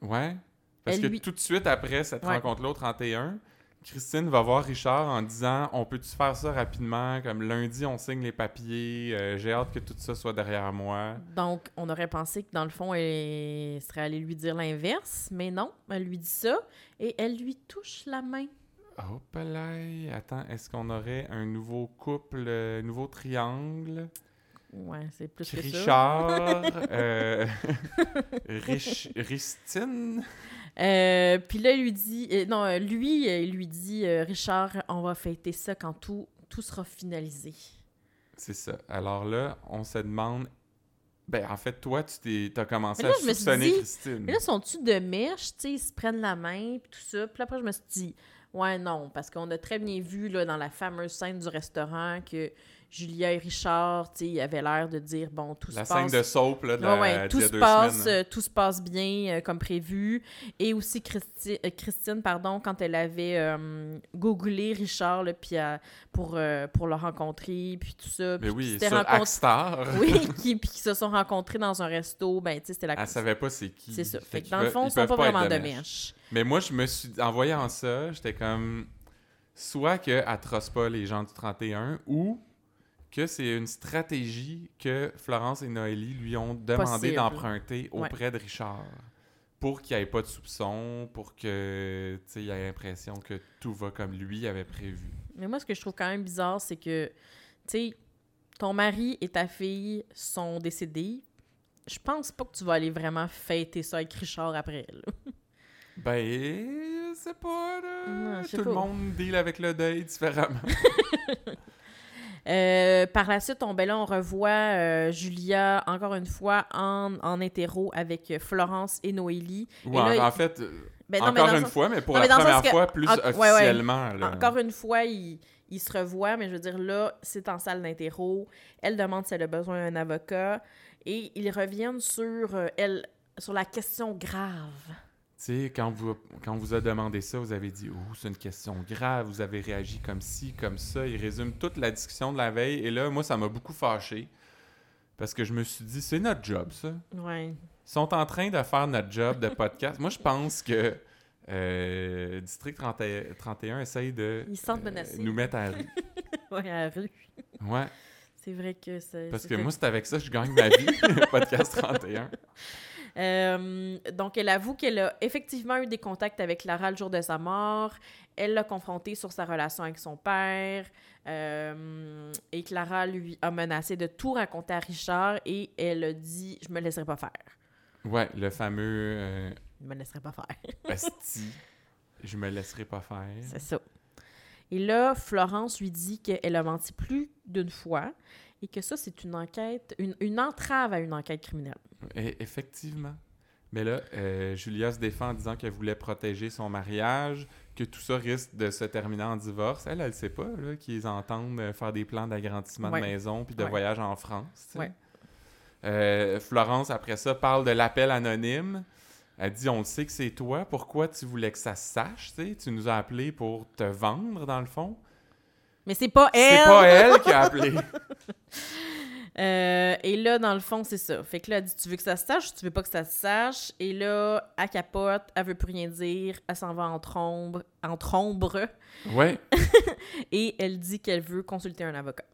S1: Ouais. Parce
S2: Elle
S1: que
S2: lui-
S1: tout de suite après cette
S2: Ouais.
S1: rencontre-là, au 31, Christine va voir Richard en disant On peut-tu faire ça rapidement Comme lundi, on signe les papiers. euh, J'ai hâte que tout ça soit derrière moi.
S2: Donc, on aurait pensé que dans le fond, elle serait allée lui dire l'inverse, mais non, elle lui dit ça et elle lui touche la main.
S1: Hop là Attends, est-ce qu'on aurait un nouveau couple, euh, nouveau triangle
S2: Ouais, c'est plus que ça.
S1: Richard, euh, Rich- Ristine.
S2: Euh, puis là, il lui dit... euh, non, euh, lui, euh, il lui dit, euh, Richard, on va fêter ça quand tout, tout sera finalisé.
S1: C'est ça. Alors là, on se demande. Ben, en fait, toi, tu as commencé
S2: Mais là,
S1: à
S2: je me suis
S1: soupçonner
S2: dit-
S1: Christine.
S2: Mais là, sont-tu de mèche, tu sais, ils se prennent la main, puis tout ça. Puis là, après, je me suis dit, ouais, non, parce qu'on a très bien vu, là, dans la fameuse scène du restaurant, que Julia et Richard, tu sais, ils avaient l'air de dire, bon, tout
S1: la
S2: se passe...
S1: scène de soap, là, de la-
S2: Ouais, ouais,
S1: d'il
S2: tout
S1: y a
S2: se
S1: deux
S2: passe,
S1: semaines. hein.
S2: euh, tout se passe bien euh, comme prévu. Et aussi Christi- euh, Christine, pardon, quand elle avait euh, googlé Richard là, puis à- pour euh, pour le rencontrer, puis tout ça,
S1: Mais
S2: puis qu'ils
S1: oui,
S2: s'étaient
S1: sur
S2: rencontrés-
S1: Akstar,
S2: oui, qui, puis qu'ils se sont rencontrés dans un resto, ben tu sais c'était la
S1: elle savait pas c'est qui.
S2: c'est ça.
S1: Fait
S2: Fait que
S1: qu'ils
S2: dans le
S1: peuvent-
S2: fond,
S1: ils
S2: ils sont
S1: peuvent
S2: pas
S1: pas être
S2: vraiment
S1: de
S2: de
S1: mèche.
S2: mèche.
S1: Mais moi, je me suis. En voyant ça, j'étais comme. Soit qu'elle trosse pas les gens du 31 ou que c'est une stratégie que Florence et Noélie lui ont demandé
S2: Possible.
S1: d'emprunter
S2: Ouais.
S1: auprès de Richard pour qu'il n'y ait pas de soupçon, pour que tu sais, il ait l'impression que tout va comme lui avait prévu.
S2: Mais moi, ce que je trouve quand même bizarre, c'est que, tu sais, ton mari et ta fille sont décédés. Je pense pas que tu vas aller vraiment fêter ça avec Richard après. là.
S1: Ben, c'est pas. là.
S2: Non, je sais
S1: tout le
S2: pas.
S1: monde deal avec le deuil différemment.
S2: Euh, par la suite, on, ben là, on revoit euh, Julia encore une fois en, en hétéro avec euh, Florence et Noélie.
S1: Ou
S2: Et
S1: en,
S2: là,
S1: en fait, euh,
S2: Ben non, mais
S1: encore
S2: dans le
S1: une
S2: sens-
S1: fois, mais pour
S2: Non,
S1: la
S2: mais dans le sens
S1: première
S2: que-
S1: fois, plus
S2: en- ouais, ouais.
S1: officiellement. là.
S2: Encore une fois, ils ils se revoient, mais je veux dire, là, c'est en salle d'interro. Elle demande si elle a besoin d'un avocat. Et ils reviennent sur, euh, elle, sur la question grave.
S1: Tu sais, quand vous, quand on vous a demandé ça, vous avez dit Oh, c'est une question grave, vous avez réagi comme ci, comme ça. Il résume toute la discussion de la veille. Et là, moi, ça m'a beaucoup fâché. Parce que je me suis dit C'est notre job, ça.
S2: Ouais.
S1: Ils sont en train de faire notre job de podcast. moi, je pense que euh, District 30 31 essaye de
S2: Ils se sentent menacés.
S1: Euh, nous mettre à rire.
S2: Ouais, à la rue.
S1: Ouais,
S2: C'est vrai que c'est.
S1: parce
S2: c'est
S1: que
S2: ça.
S1: moi, c'est avec ça que je gagne ma vie, podcast 31.
S2: Euh, donc, elle avoue qu'elle a effectivement eu des contacts avec Lara le jour de sa mort. Elle l'a confrontée sur sa relation avec son père. Euh, et Clara lui a menacé de tout raconter à Richard et elle a dit Je me laisserai pas faire.
S1: Ouais, le fameux euh,
S2: Je me laisserai pas faire.
S1: Asti, je me laisserai pas faire.
S2: C'est ça. Et là, Florence lui dit qu'elle a menti plus d'une fois et que ça, c'est une enquête, une, une entrave à une enquête criminelle.
S1: E- effectivement. Mais là, euh, Julia se défend en disant qu'elle voulait protéger son mariage, que tout ça risque de se terminer en divorce. Elle, elle sait pas là, qu'ils entendent euh, faire des plans d'agrandissement
S2: Ouais.
S1: de maison puis de
S2: Ouais.
S1: voyage en France. tu sais.
S2: Ouais.
S1: Euh, Florence, après ça, parle de l'appel anonyme. Elle dit On le sait que c'est toi, pourquoi tu voulais que ça se sache tu sais? Tu nous as appelé pour te vendre, dans le fond.
S2: Mais c'est pas elle!
S1: C'est pas elle qui a appelé.
S2: Euh, et là, dans le fond, c'est ça. Fait que là, elle dit Tu veux que ça se sache ou tu veux pas que ça se sache Et là, elle capote, elle veut plus rien dire, elle s'en va en trombe, en trombre,
S1: ouais.
S2: et elle dit qu'elle veut consulter un avocat.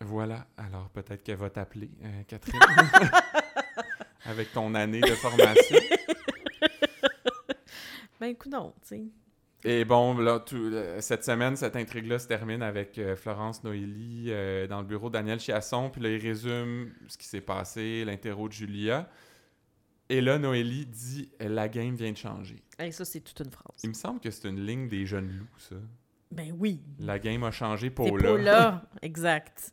S1: Voilà, alors peut-être qu'elle va t'appeler, euh, Catherine, avec ton année de formation.
S2: Ben, écoute, non, tu sais.
S1: Et bon, là, tout- euh, cette semaine, cette intrigue-là se termine avec euh, Florence Noélie euh, dans le bureau de Daniel Chiasson, puis là, il résume ce qui s'est passé, l'interro de Julia. Et là, Noélie dit « La game vient de changer
S2: Hey, ça, c'est toute une phrase. ».
S1: Il me semble que c'est une ligne des jeunes loups, ça.
S2: Ben oui.
S1: La game a changé
S2: C'est
S1: pour
S2: pour
S1: là.
S2: là, exact.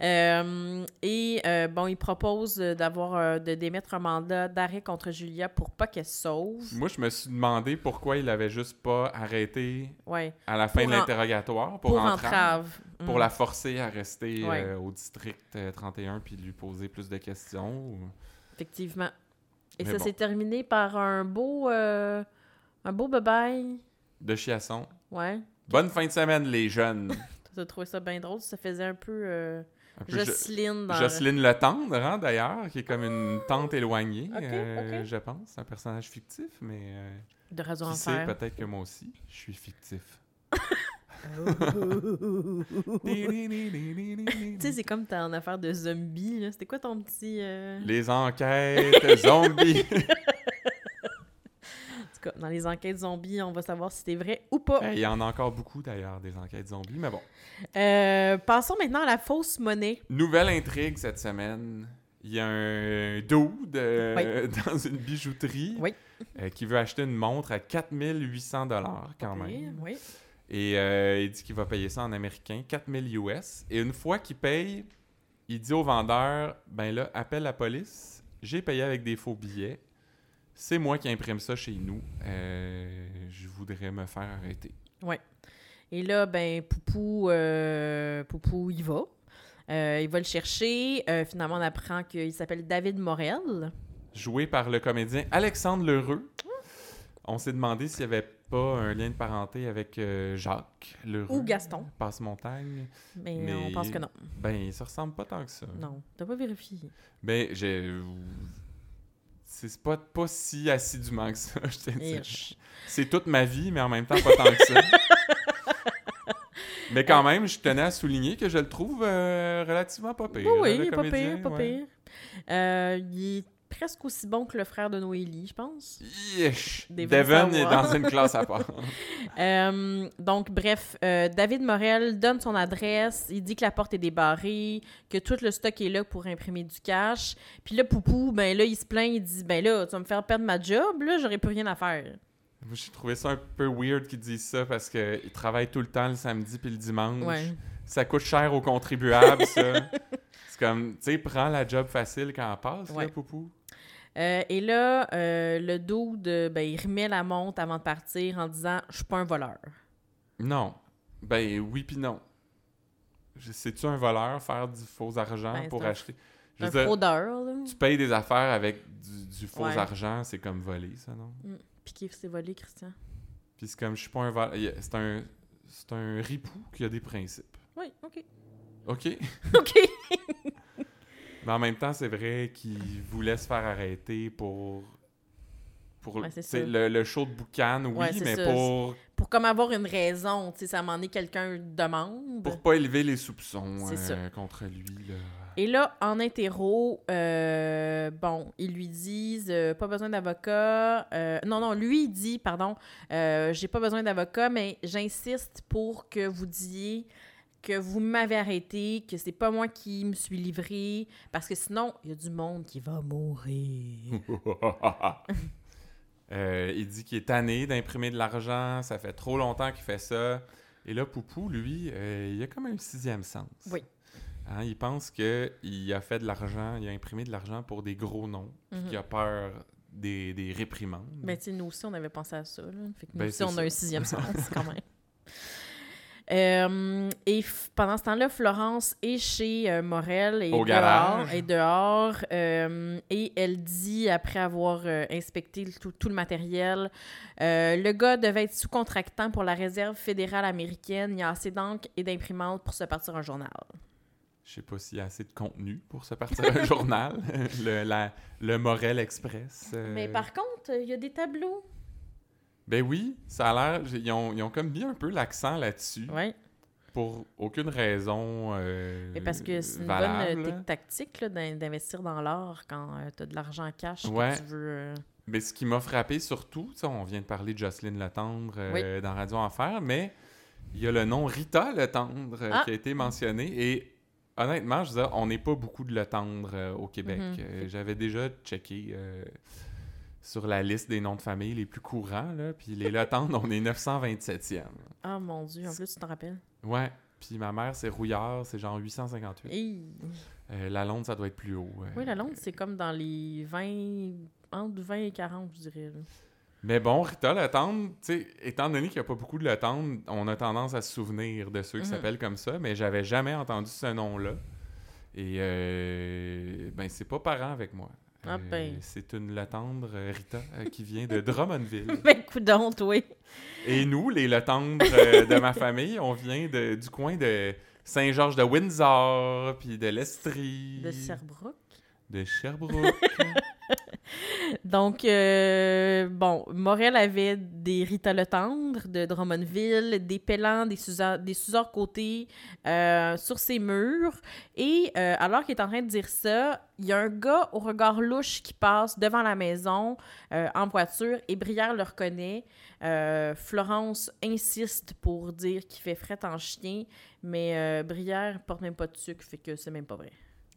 S2: Euh, et euh, bon, il propose euh, d'avoir euh, de démettre un mandat d'arrêt contre Julia pour pas qu'elle se sauve.
S1: Moi, je me suis demandé pourquoi il l'avait juste pas arrêté
S2: Ouais.
S1: à la fin
S2: Pour
S1: de
S2: en-
S1: l'interrogatoire
S2: Pour,
S1: pour, entrave.
S2: entrave.
S1: pour
S2: Mm.
S1: la forcer à rester
S2: Ouais.
S1: euh, au district euh, 31 puis lui poser plus de questions. ou-
S2: Effectivement. Et
S1: Mais
S2: ça
S1: bon.
S2: s'est terminé par un beau euh, un beau bye-bye.
S1: De chiasson.
S2: Ouais.
S1: Bonne fin de semaine, les jeunes.
S2: Toi, T'as trouvé ça bien drôle, ça faisait un peu euh,
S1: Un peu Jo-
S2: Jocelyne dans
S1: Jocelyne Le Tendre, hein, d'ailleurs, qui est comme une tante éloignée,
S2: ok,
S1: euh,
S2: ok.
S1: je pense. Un personnage fictif, mais euh,
S2: de Radio
S1: qui sait,
S2: Enfer.
S1: peut-être que moi aussi, je suis fictif.
S2: Tu sais, c'est comme t'as en affaire de zombie, là. C'était quoi ton petit euh,
S1: les enquêtes zombies.
S2: C'est tout cas, dans les enquêtes zombies, on va savoir si c'est vrai ou pas.
S1: Eh, Il y en a encore beaucoup d'ailleurs des enquêtes zombies, mais bon.
S2: Euh, passons maintenant à la fausse monnaie.
S1: Nouvelle intrigue cette semaine. Il y a un dude euh, dans une bijouterie
S2: Oui.
S1: euh, qui veut acheter une montre à 4800 dollars quand
S2: Oui,
S1: même.
S2: Oui.
S1: Et euh, il dit qu'il va payer ça en américain, 4000 US. Et une fois qu'il paye, il dit au vendeur Ben là, appelle la police, j'ai payé avec des faux billets. C'est moi qui imprime ça chez nous. Euh, je voudrais me faire arrêter.
S2: Et là, ben, Poupou, euh, Poupou y va. Euh, il va le chercher. Euh, finalement, on apprend qu'il s'appelle David Morel.
S1: Joué par le comédien Alexandre Lheureux. On s'est demandé s'il n'y avait pas un lien de parenté avec euh, Jacques Lheureux.
S2: Ou Gaston.
S1: Passe-montagne.
S2: Mais,
S1: Mhm. Mais-
S2: on pense que non.
S1: Ben, il se ressemble pas tant que ça.
S2: Non, t'as pas vérifié.
S1: Ben, j'ai. C'est pas, pas si assidûment que ça, je te dis.
S2: Hirsch.
S1: C'est toute ma vie, mais en même temps, pas tant que ça. mais quand même, je tenais à souligner que je le trouve euh, relativement pas pire.
S2: Oui, oui,
S1: là,
S2: il
S1: le
S2: est pas
S1: comédien,
S2: pire, pas
S1: ouais.
S2: pire. Euh, il est presque aussi bon que le frère de Noélie, je pense.
S1: Yesh!
S2: Devon
S1: Devon est
S2: Savoie.
S1: dans une classe à part.
S2: Euh, donc, bref, euh, David Morel donne son adresse. Il dit que la porte est débarrée, que tout le stock est là pour imprimer du cash. Puis là, Poupou, ben là, il se plaint. Il dit Ben là, tu vas me faire perdre ma job, là, j'aurais plus rien à faire.
S1: Moi, J'ai trouvé ça un peu weird qu'ils disent ça parce qu'ils travaillent tout le temps le samedi puis le dimanche.
S2: Ouais.
S1: Ça coûte cher aux contribuables, ça. C'est comme, tu sais, prends la job facile quand elle passe,
S2: Ouais.
S1: là, Poupou.
S2: Euh, et là, euh, le dos de. Ben, il remet la montre avant de partir en disant Je suis pas un voleur.
S1: Non. Ben oui puis non. Je- C'est-tu un voleur faire du faux argent
S2: Ben, c'est
S1: pour
S2: un-
S1: acheter? Je
S2: Un
S1: veux dire,
S2: fraudeur, là.
S1: tu payes des affaires avec du, du faux
S2: Ouais.
S1: argent, c'est comme voler, ça, non?
S2: Piqué, c'est volé, Christian.
S1: Puis c'est comme, je suis pas un voleur. Il- C'est un, c'est un ripou qui a des principes.
S2: Oui, OK.
S1: OK?
S2: OK.
S1: Mais en même temps, c'est vrai qu'il voulait se faire arrêter pour... Pour
S2: Ouais, c'est
S1: tu sais,
S2: ça.
S1: le, le show de boucan, oui,
S2: Ouais, c'est
S1: mais
S2: ça.
S1: pour,
S2: Pour comme avoir une raison, tu sais, ça à un moment donné, quelqu'un demande.
S1: pour pas élever les soupçons
S2: C'est
S1: euh, contre lui. Là.
S2: Et là, en interro, euh, bon, ils lui disent euh, pas besoin d'avocat. euh, non, non, lui il dit, pardon, euh, j'ai pas besoin d'avocat, mais j'insiste pour que vous disiez que vous m'avez arrêté, que c'est pas moi qui me suis livré, parce que sinon, il y a du monde qui va mourir.
S1: Euh, il dit qu'il est tanné d'imprimer de l'argent, ça fait trop longtemps qu'il fait ça. Et là, Poupou, lui, euh, il a comme un sixième sens.
S2: Oui.
S1: Hein, il pense qu'il a fait de l'argent, il a imprimé de l'argent pour des gros noms, puis
S2: Mhm.
S1: qu'il a peur des, des réprimandes.
S2: Ben, tu sais, nous aussi, on avait pensé à ça. Là. Fait que nous
S1: Ben,
S2: aussi,
S1: c'est
S2: on
S1: ça.
S2: a un sixième sens, quand même. Euh, et f- pendant ce temps-là, Florence est chez euh, Morel et
S1: Au
S2: dehors,
S1: garage.
S2: est dehors euh, et elle dit, après avoir euh, inspecté le- tout, tout le matériel, euh, le gars devait être sous-contractant pour la réserve fédérale américaine. Il y a assez d'encre et d'imprimantes pour se partir un journal.
S1: Je sais pas s'il y a assez de contenu pour se partir un journal, le, la- le Morel Express. euh,
S2: Mais par contre, il y a des tableaux.
S1: Ben oui, ça a l'air... Ils ont, ils ont comme mis un peu l'accent là-dessus.
S2: Oui,
S1: pour aucune raison euh,
S2: mais parce que c'est une
S1: valable.
S2: bonne euh, tic- tactique là, d'in- d'investir dans l'or quand tu as de l'argent cash
S1: Ouais.
S2: que tu veux. euh,
S1: Mais ce qui m'a frappé surtout, tu sais, on vient de parler de Jocelyne Letendre euh, dans Radio Enfer, mais il y a le nom Rita Letendre euh,
S2: Ah.
S1: qui a été mentionné et honnêtement, je disais, on n'est pas beaucoup de Letendre euh, au Québec.
S2: Mhm.
S1: Euh, J'avais déjà checké euh, sur la liste des noms de famille les plus courants, là, puis les Letendre, on est 927e.
S2: Ah mon dieu, en plus tu t'en rappelles.
S1: Ouais. Puis ma mère, c'est Rouillard, c'est genre 858.
S2: Hey.
S1: Euh, la Londe, ça doit être plus haut. euh.
S2: Oui, la Londres, c'est comme dans les 20... Entre 20 et 40, je dirais. là.
S1: Mais bon, Rita Letendre, tu sais, étant donné qu'il n'y a pas beaucoup de Letendre, on a tendance à se souvenir de ceux qui
S2: Mhm.
S1: s'appellent comme ça, mais j'avais jamais entendu ce nom-là. Et euh, ben, c'est pas parent avec moi.
S2: Ah
S1: Euh,
S2: ben.
S1: c'est une Letendre euh, Rita euh, qui vient de Drummondville.
S2: Mais Ben, coudonc, oui.
S1: Et nous, les Letendres euh, de ma famille, on vient de- du coin de Saint-Georges de Windsor, puis de l'Estrie,
S2: De Sherbrooke.
S1: de Sherbrooke.
S2: Donc, euh, bon, Morel avait des Rita Le Tendre de Drummondville, des Pélans, des Suzor, des Suzor Côté euh, sur ses murs. Et euh, alors qu'il est en train de dire ça, il y a un gars au regard louche qui passe devant la maison euh, en voiture et Brière le reconnaît. Euh, Florence insiste pour dire qu'il fait fret en chien, mais euh, Brière porte même pas de sucre, fait que c'est même pas vrai.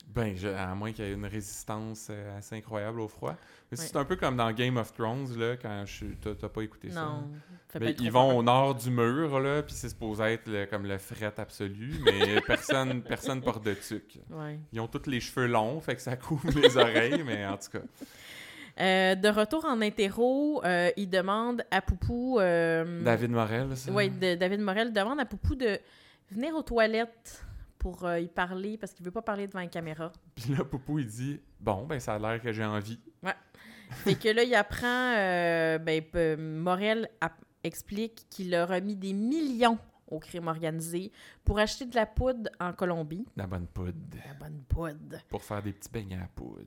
S1: Ben, je- à moins qu'il y ait une résistance euh, assez incroyable au froid. Mais
S2: Ouais.
S1: C'est un peu comme dans Game of Thrones, là, quand je suis- t'as t'as pas écouté ça.
S2: non. fait pas
S1: Mais
S2: être
S1: ils
S2: trop
S1: vont
S2: peur.
S1: au nord du mur, là, puis c'est supposé être le- comme le fret absolu, mais personne personne porte de tuque.
S2: Ouais.
S1: Ils ont tous les cheveux longs, fait que ça couvre les oreilles, mais en tout cas.
S2: Euh, de retour en interro, euh, il demande à Poupou. euh,
S1: David Morel, ça.
S2: ouais, de- David Morel demande à Poupou de venir aux toilettes pour euh, y parler parce qu'il veut pas parler devant la caméra.
S1: Puis là, Poupou, il dit Bon, ben, ça a l'air que j'ai envie.
S2: Fait que là, il apprend. euh, ben, p- Morel app- explique qu'il a remis des millions au crime organisé pour acheter de la poudre en Colombie.
S1: La bonne poudre.
S2: La bonne poudre.
S1: Pour faire des petits beignets à poudre.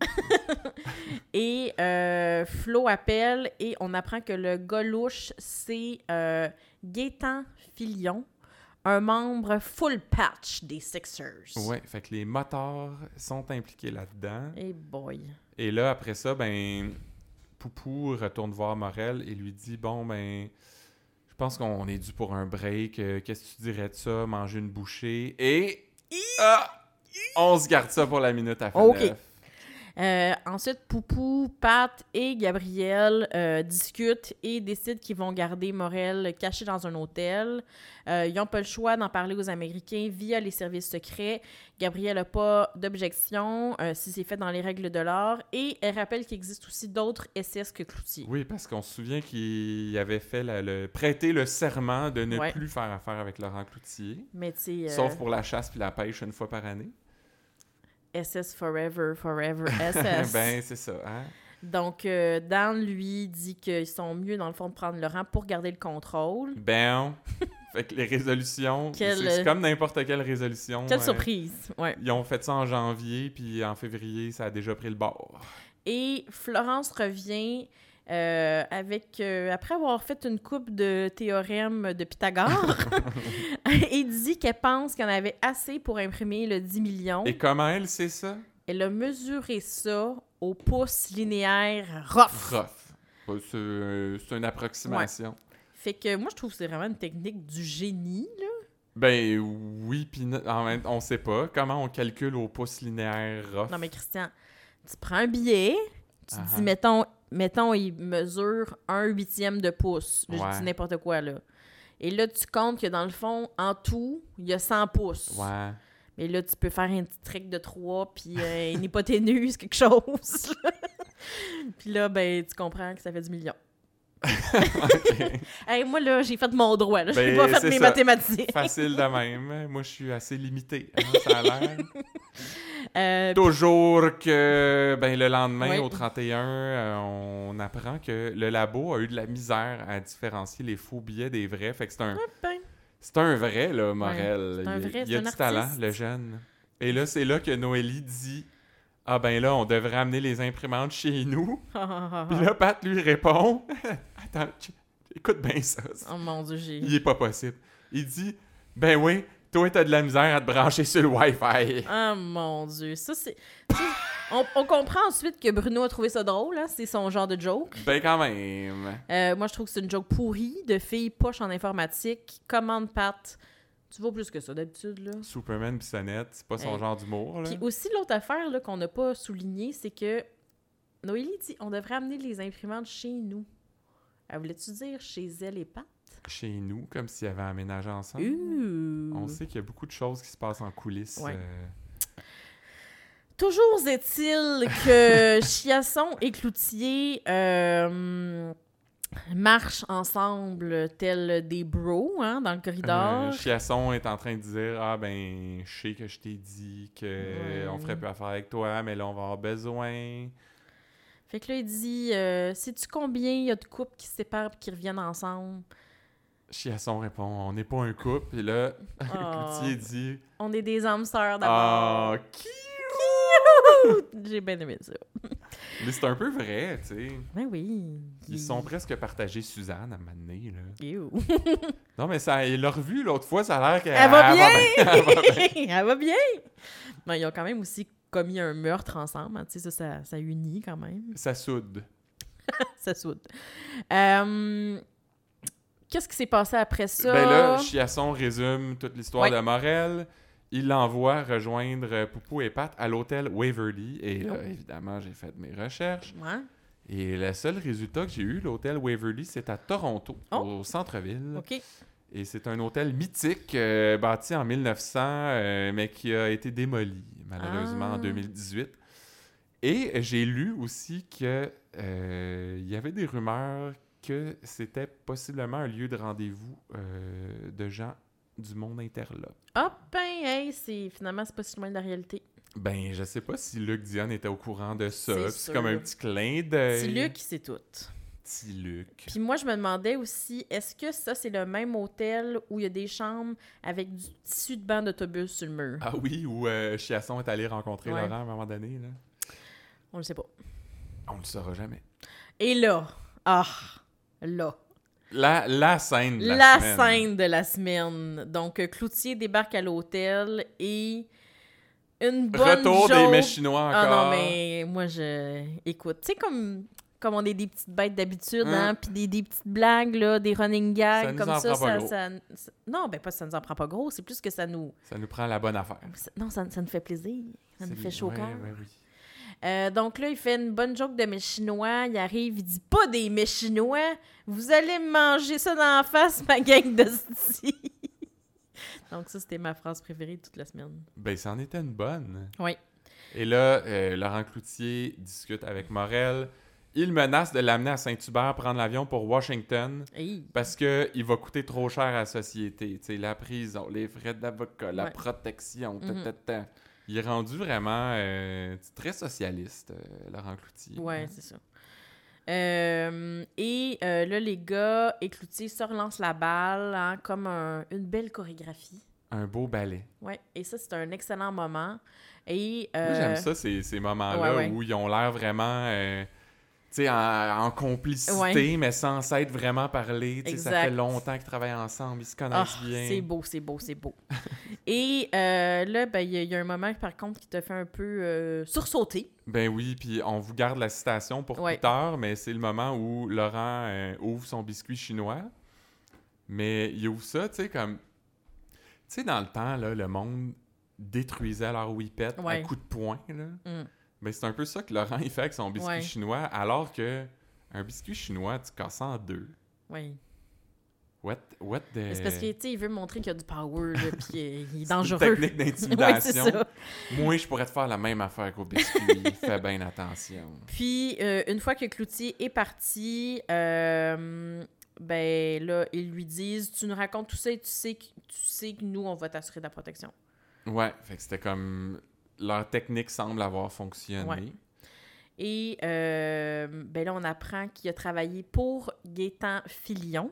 S2: Et euh, Flo appelle et on apprend que le gars louche, c'est euh, Gaétan Filion, un membre full patch des Sixers.
S1: ouais, fait que les motards sont impliqués là-dedans.
S2: Et boy.
S1: Et là, après ça, ben, Poupou retourne voir Morel et lui dit Bon, ben, je pense qu'on est dû pour un break. Euh, Qu'est-ce que tu dirais de ça Manger une bouchée. Et. Ah! on se garde ça pour la minute à fin.
S2: Ok. Euh, ensuite, Poupou, Pat et Gabriel euh, discutent et décident qu'ils vont garder Morel caché dans un hôtel. Euh, ils n'ont pas le choix d'en parler aux Américains via les services secrets. Gabriel n'a pas d'objection euh, si c'est fait dans les règles de l'art. Et elle rappelle qu'il existe aussi d'autres SS que Cloutier.
S1: Oui, parce qu'on se souvient qu'il avait fait la- le prêter le serment de ne
S2: Ouais.
S1: plus faire affaire avec Laurent Cloutier.
S2: Mais tu sais, euh,
S1: Sauf pour la chasse puis la pêche une fois par année.
S2: SS euh, Forever, Forever SS.
S1: ben, c'est ça. Hein?
S2: Donc, euh, Dan, lui, dit qu'ils sont mieux, dans le fond, de prendre le rang pour garder le contrôle.
S1: Ben, fait que les résolutions,
S2: Quelle-
S1: c'est c'est comme n'importe quelle résolution.
S2: Quelle
S1: euh,
S2: surprise! Ouais.
S1: Ils ont fait ça en janvier, puis en février, ça a déjà pris le bord.
S2: Et Florence revient euh, avec, euh, après avoir fait une coupe de théorèmes de Pythagore, et dit qu'elle pense qu'il y en avait assez pour imprimer le 10 millions.
S1: Et comment elle, c'est ça?
S2: Elle a mesuré ça au pouce linéaire rough.
S1: Rough. Bah, C'est euh, c'est une approximation.
S2: Fait que moi, je trouve que c'est vraiment une technique du génie. là.
S1: Ben oui, puis no- en même- on sait pas. Comment on calcule au pouce linéaire rough?
S2: Non, mais Christian, tu prends un billet, tu
S1: Ah ah.
S2: dis, mettons, mettons, il mesure un huitième de pouce. Là, Je
S1: Ouais.
S2: dis n'importe quoi, là. Et là, tu comptes que dans le fond, en tout, il y a 100 pouces.
S1: Ouais.
S2: Mais là, tu peux faire un petit trick de 3, puis euh, une hypoténuse, quelque chose. là. puis là, ben, tu comprends que ça fait du million.
S1: Ok.
S2: Hey, moi, là, j'ai fait mon droit. là. J'ai
S1: Ben,
S2: pas fait
S1: c'est
S2: mes
S1: ça.
S2: mathématiques.
S1: Facile de même. Moi, je suis assez limité. hein, ça a l'air.
S2: Euh,
S1: Toujours que ben, le lendemain,
S2: Ouais.
S1: au 31, euh, on apprend que le labo a eu de la misère à différencier les faux billets des vrais. Fait que c'est un,
S2: ben.
S1: c'est un vrai, là, Morel.
S2: c'est un
S1: Il-
S2: vrai,
S1: il, a
S2: c'est
S1: du
S2: un
S1: talent,
S2: artiste.
S1: le jeune. Et là, c'est là que Noélie dit Ah ben là, on devrait amener les imprimantes chez nous.
S2: Ah.
S1: Puis là, Pat lui répond Attends, tu- écoute bien ça. c'est-
S2: oh mon dieu, j'ai.
S1: Il est pas possible. Il dit Ben oui, toi, t'as de la misère à te brancher sur le Wi-Fi.
S2: Ah mon dieu, ça c'est. ça, on, on comprend ensuite que Bruno a trouvé ça drôle, hein, c'est son genre de joke.
S1: Ben quand même.
S2: Euh, moi, je trouve que c'est une joke pourrie de filles poche en informatique, commande patte. Tu vaux plus que ça d'habitude, là.
S1: Superman pis Sonnette, c'est pas son
S2: Hey.
S1: genre d'humour, là.
S2: Puis aussi, l'autre affaire là, qu'on n'a pas soulignée, c'est que Noélie dit on devrait amener les imprimantes chez nous. Elle voulait-tu dire chez elle et pas
S1: Chez nous, comme s'il avait aménagé ensemble. Ah. On
S2: Ouh.
S1: sait qu'il y a beaucoup de choses qui se passent en coulisses.
S2: Ouais.
S1: euh,
S2: Toujours est-il que Chiasson et Cloutier euh, marchent ensemble tels des bros hein, dans le
S1: euh,
S2: corridor.
S1: Chiasson est en train de dire Ah, ben, je sais que je t'ai dit que euh,
S2: Ouais.
S1: on ferait plus affaire avec toi, mais là, on va avoir besoin.
S2: Fait que là, il dit euh, Sais-tu combien il y a de couples qui se séparent et qui reviennent ensemble
S1: Chiasson répond On n'est pas un couple. Puis là,
S2: Ah.
S1: Cloutier dit
S2: On est des âmes sœurs d'abord.
S1: Ah, qui
S2: J'ai bien aimé ça.
S1: Mais c'est un peu vrai, tu sais.
S2: Ben oui.
S1: Ils sont presque partagés Suzanne à un moment donné, là.
S2: Ew.
S1: Non, mais ça, il l'a revu l'autre fois, ça a l'air qu'elle
S2: Elle va
S1: elle
S2: bien!
S1: elle va bien.
S2: Elle va bien! Non, ils ont quand même aussi commis un meurtre ensemble. hein, tu sais, ça, ça, ça unit quand même.
S1: Ça soude.
S2: Ça soude. Euh, Qu'est-ce qui s'est passé après ça?
S1: Ben là, Chiasson résume toute l'histoire
S2: Ouais.
S1: de Morel. Il l'envoie rejoindre euh, Poupou et Pat à l'hôtel Waverly. Et là, évidemment, j'ai fait mes recherches.
S2: Ouais,
S1: Et le seul résultat que j'ai eu, l'hôtel Waverly, c'est à Toronto,
S2: Oh.
S1: au centre-ville.
S2: OK.
S1: Et c'est un hôtel mythique euh, bâti en 1900, euh, mais qui a été démoli, malheureusement, en
S2: Ah.
S1: 2018. Et j'ai lu aussi que euh, il y avait des rumeurs que c'était possiblement un lieu de rendez-vous euh, de gens du monde interlope.
S2: Hop, ben, hey, c'est- finalement, c'est pas si loin de la réalité.
S1: Ben, je sais pas si Luc Dion était au courant de ça.
S2: C'est
S1: puis C'est comme
S2: sûr.
S1: un petit clin d'œil.
S2: Petit Luc, c'est tout.
S1: Petit Luc.
S2: Puis moi, je me demandais aussi, est-ce que ça, c'est le même hôtel où il y a des chambres avec du tissu de banc d'autobus sur le mur?
S1: Ah oui, où euh, Chiasson est allé rencontrer
S2: Ouais.
S1: Laurent à un moment donné. Là.
S2: On le sait pas.
S1: On le saura jamais.
S2: Et là, ah, là,
S1: La, la scène. de
S2: la,
S1: La, semaine.
S2: scène de la semaine. Donc, euh, Cloutier débarque à l'hôtel et une bonne
S1: Retour des
S2: joke-
S1: mets chinois encore.
S2: Ah non, mais moi, je... Écoute, tu sais, comme... Comme on est des petites bêtes d'habitude,
S1: Hein?
S2: hein, puis des, des petites blagues, là, des running gags,
S1: Ça nous
S2: comme
S1: en
S2: ça,
S1: prend pas
S2: ça,
S1: gros.
S2: ça- ça- Non, ben pas ça nous en prend pas gros, c'est plus que ça nous...
S1: Ça nous prend la bonne affaire.
S2: ça- non, ça, ça nous fait plaisir, ça nous
S1: C'est-
S2: fait chaud au
S1: ouais,
S2: cœur.
S1: ouais, oui.
S2: Euh, donc là, il fait une bonne joke de mes chinois. Il arrive, il dit pas des mes chinois. Vous allez me manger ça dans la face, ma gang de sti. donc ça, c'était ma phrase préférée de toute la semaine.
S1: Ben, c'en était une bonne.
S2: Oui.
S1: Et là, euh, Laurent Cloutier discute avec Morel. Il menace de l'amener à Saint-Hubert, prendre l'avion pour Washington,
S2: Hey.
S1: parce que il va coûter trop cher à la société. Tu sais, la prison, les frais d'avocat, la
S2: Ouais.
S1: protection, ta,
S2: Mhm.
S1: ta, ta. Il est rendu vraiment euh, très socialiste, euh, Laurent Cloutier.
S2: Ouais, c'est ça. Euh, et euh, là, les gars et Cloutier se relancent la balle hein, comme un- une belle chorégraphie.
S1: Un beau ballet.
S2: Ouais, et ça, c'est un excellent moment. Et,
S1: Moi,
S2: euh,
S1: j'aime ça, ces, ces moments-là
S2: ouais, ouais.
S1: où ils ont l'air vraiment, euh, tu sais, en, en complicité,
S2: Ouais.
S1: mais sans s'être vraiment parlé. Tu sais, ça
S2: Exact.
S1: fait longtemps qu'ils travaillent ensemble, ils se
S2: Ah,
S1: connaissent bien.
S2: c'est beau, c'est beau, c'est beau. Et euh, là, ben, il y, a- il y a un moment, par contre, qui te fait un peu euh, sursauter.
S1: Ben oui, puis on vous garde la citation pour
S2: Ouais.
S1: plus tard, mais c'est le moment où Laurent euh, ouvre son biscuit chinois. Mais il ouvre ça, tu sais, comme... Tu sais, dans le temps, là, le monde détruisait leur whippette à
S2: Ouais.
S1: coups de poing, là.
S2: Mm.
S1: Ben, c'est un peu ça que Laurent, il fait avec son biscuit
S2: Ouais.
S1: chinois, alors que un biscuit chinois, tu casses en deux.
S2: Oui.
S1: What, what the...
S2: Mais C'est parce qu'il tu sais, il veut montrer qu'il y a du power, là, puis il est- il est
S1: Euh. C'est une
S2: dangereux.
S1: technique
S2: Ouais, c'est
S1: d'intimidation.
S2: ça.
S1: Moi, je pourrais te faire la même affaire qu'au biscuit. Fais bien attention.
S2: Puis, euh, une fois que Cloutier est parti, euh, ben là, ils lui disent Tu nous racontes tout ça et tu sais que, tu sais que nous, on va t'assurer de la protection.
S1: Ouais, fait que c'était comme... Leur technique semble avoir fonctionné.
S2: Ouais. Et euh, ben là, on apprend qu'il a travaillé pour Gaétan Filion,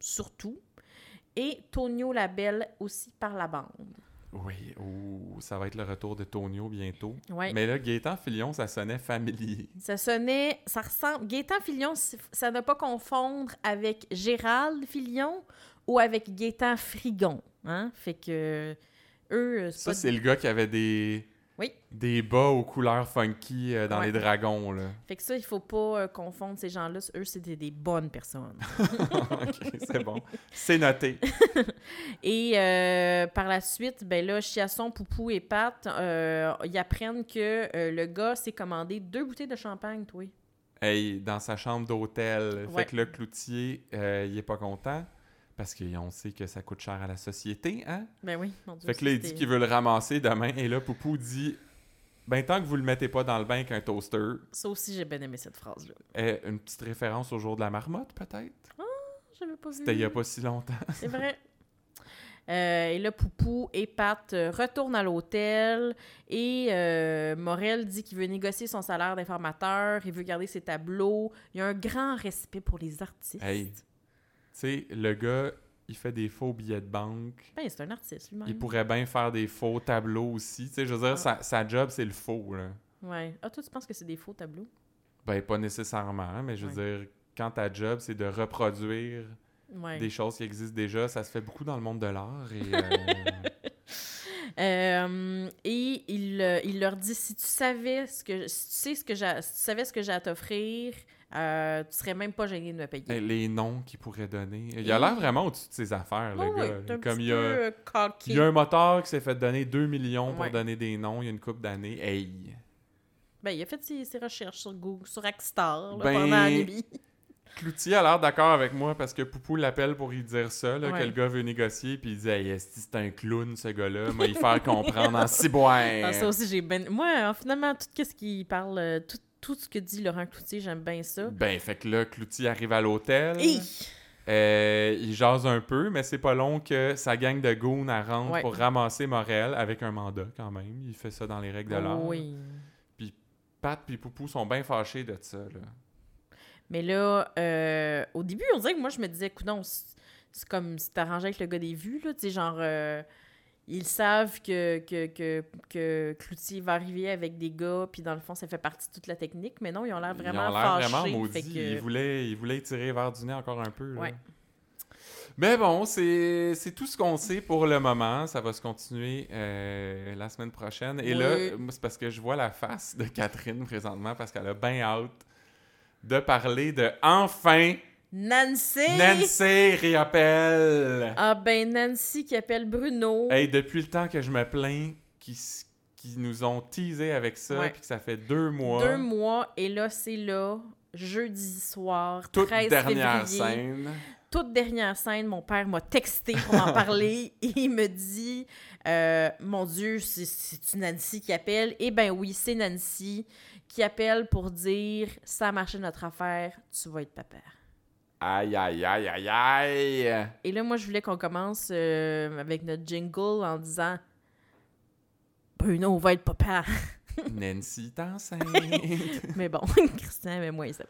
S2: surtout, et Tonio Labelle aussi par la bande.
S1: Oui, ouh, ça va être le retour de Tonio bientôt.
S2: Ouais.
S1: Mais là, Gaétan Filion, ça sonnait familier.
S2: Ça sonnait, ça ressemble. Gaétan Filion, c- ça ne pas confondre avec Gérald Filion ou avec Gaétan Frigon. Hein? Fait que eux, euh, c'est
S1: Ça,
S2: pas.
S1: c'est le gars qui avait des...
S2: Oui.
S1: Des bas aux couleurs funky euh, dans
S2: Ouais.
S1: les dragons, là.
S2: Fait que ça, il faut pas euh, confondre ces gens-là. Eux, c'était des bonnes personnes.
S1: ok, c'est bon. C'est noté.
S2: Et euh, par la suite, ben là, Chiasson, Poupou et Pat, euh, ils apprennent que euh, le gars s'est commandé deux bouteilles de champagne, toi.
S1: Hey, dans sa chambre d'hôtel.
S2: Ouais.
S1: Fait que le cloutier, euh, il est pas content parce qu'on sait que ça coûte cher à la société, hein?
S2: Ben oui, mon Dieu.
S1: Fait que là, il
S2: c'était-
S1: dit qu'il veut le ramasser demain. Et là, Poupou dit Ben, tant que vous le mettez pas dans le bain avec un toaster,
S2: Ça aussi, j'ai bien aimé cette phrase-là.
S1: eh, une petite référence au jour de la marmotte, peut-être?
S2: J'avais pas vu.
S1: C'était il y a pas si longtemps.
S2: C'est vrai. Euh, et là, Poupou et Pat euh, retournent à l'hôtel et euh, Morel dit qu'il veut négocier son salaire d'informateur, il veut garder ses tableaux. Il y a un grand respect pour les artistes.
S1: Hey. Tu sais, le gars, il fait des faux billets de banque.
S2: Ben, c'est un artiste lui-même.
S1: Il pourrait bien faire des faux
S2: Ah.
S1: tableaux aussi. Tu sais, je veux dire, sa, sa job, c'est le faux, là.
S2: Ouais. Ah, toi, tu penses que c'est des faux tableaux?
S1: Ben, pas nécessairement, mais je veux dire, quand ta job, c'est de reproduire
S2: Ouais.
S1: des choses qui existent déjà, ça se fait beaucoup dans le monde de l'art. Et, euh,
S2: Euh, et il, euh, il leur dit si tu savais ce que si tu sais ce que j'ai si tu savais ce que j'ai à t'offrir, euh, tu serais même pas gêné de me payer.
S1: hey, les noms qu'il pourrait donner. Il a l'air vraiment au-dessus de ses affaires,
S2: Oh,
S1: le
S2: oui,
S1: gars.
S2: t'es un
S1: Comme
S2: petit
S1: il y a,
S2: peu, euh, cocky.
S1: il y a un moteur qui s'est fait donner 2 millions pour
S2: Ouais.
S1: donner des noms il y a une couple d'années. Hey!
S2: Ben, il a fait ses, ses recherches sur Google, sur Rockstar là,
S1: Ben,
S2: pendant la nuit.
S1: Cloutier a l'air d'accord avec moi parce que Poupou l'appelle pour lui dire ça, là,
S2: Ouais.
S1: que le gars veut négocier, puis il dit Hey, esti, c'est un clown, ce gars-là, moi, il faire comprendre en hein. ciboire.
S2: Ah, ça aussi, j'ai ben... Moi, euh, finalement, tout ce qu'il parle, euh, tout, tout ce que dit Laurent Cloutier, j'aime bien ça.
S1: Ben, fait que là, Cloutier arrive à l'hôtel.
S2: Hi!
S1: Euh, il jase un peu, mais c'est pas long que sa gang de goons elle rentre
S2: Ouais.
S1: pour ramasser Morel avec un mandat quand même. Il fait ça dans les règles de l'art.
S2: Oh Oui.
S1: Pat puis Poupou sont bien fâchés de ça. Là.
S2: Mais là, euh, au début, on dirait que moi, je me disais, non, c'est comme si t'arrangeais avec le gars des vues, là, tu sais, genre, euh, ils savent que, que, que, que Cloutier va arriver avec des gars, puis dans le fond, ça fait partie de toute la technique, mais non, ils ont l'air
S1: Ils
S2: vraiment
S1: ont l'air
S2: fâchés.
S1: vraiment
S2: fait
S1: maudits.
S2: que-
S1: Ils, voulaient, ils voulaient tirer vers du nez encore un peu. là.
S2: Ouais.
S1: Mais bon, c'est c'est tout ce qu'on sait pour le moment. Ça va se continuer euh, la semaine prochaine. Et là,
S2: Oui.
S1: moi, c'est parce que je vois la face de Catherine présentement parce qu'elle a bien hâte de parler de enfin
S2: Nancy!
S1: Nancy réappelle.
S2: Ah ben, Nancy qui appelle Bruno.
S1: Hey, depuis le temps que je me plains qu'ils s- qu'ils nous ont teasé avec ça,
S2: Ouais.
S1: puis que ça fait deux mois,
S2: Deux mois, et là, c'est là, jeudi soir,
S1: toute
S2: 13
S1: dernière
S2: février.
S1: scène.
S2: toute dernière scène, mon père m'a texté pour m'en parler. Et il me dit euh, Mon Dieu, c'est- c'est-tu Nancy qui appelle Eh ben oui, c'est Nancy qui appelle pour dire Ça a marché notre affaire, tu vas être papa.
S1: Aïe, aïe, aïe, aïe, aïe.
S2: Et là, moi, je voulais qu'on commence euh, avec notre jingle en disant Bruno va être papa.
S1: Nancy est enceinte.
S2: Mais bon, Christian, mais moi, ça.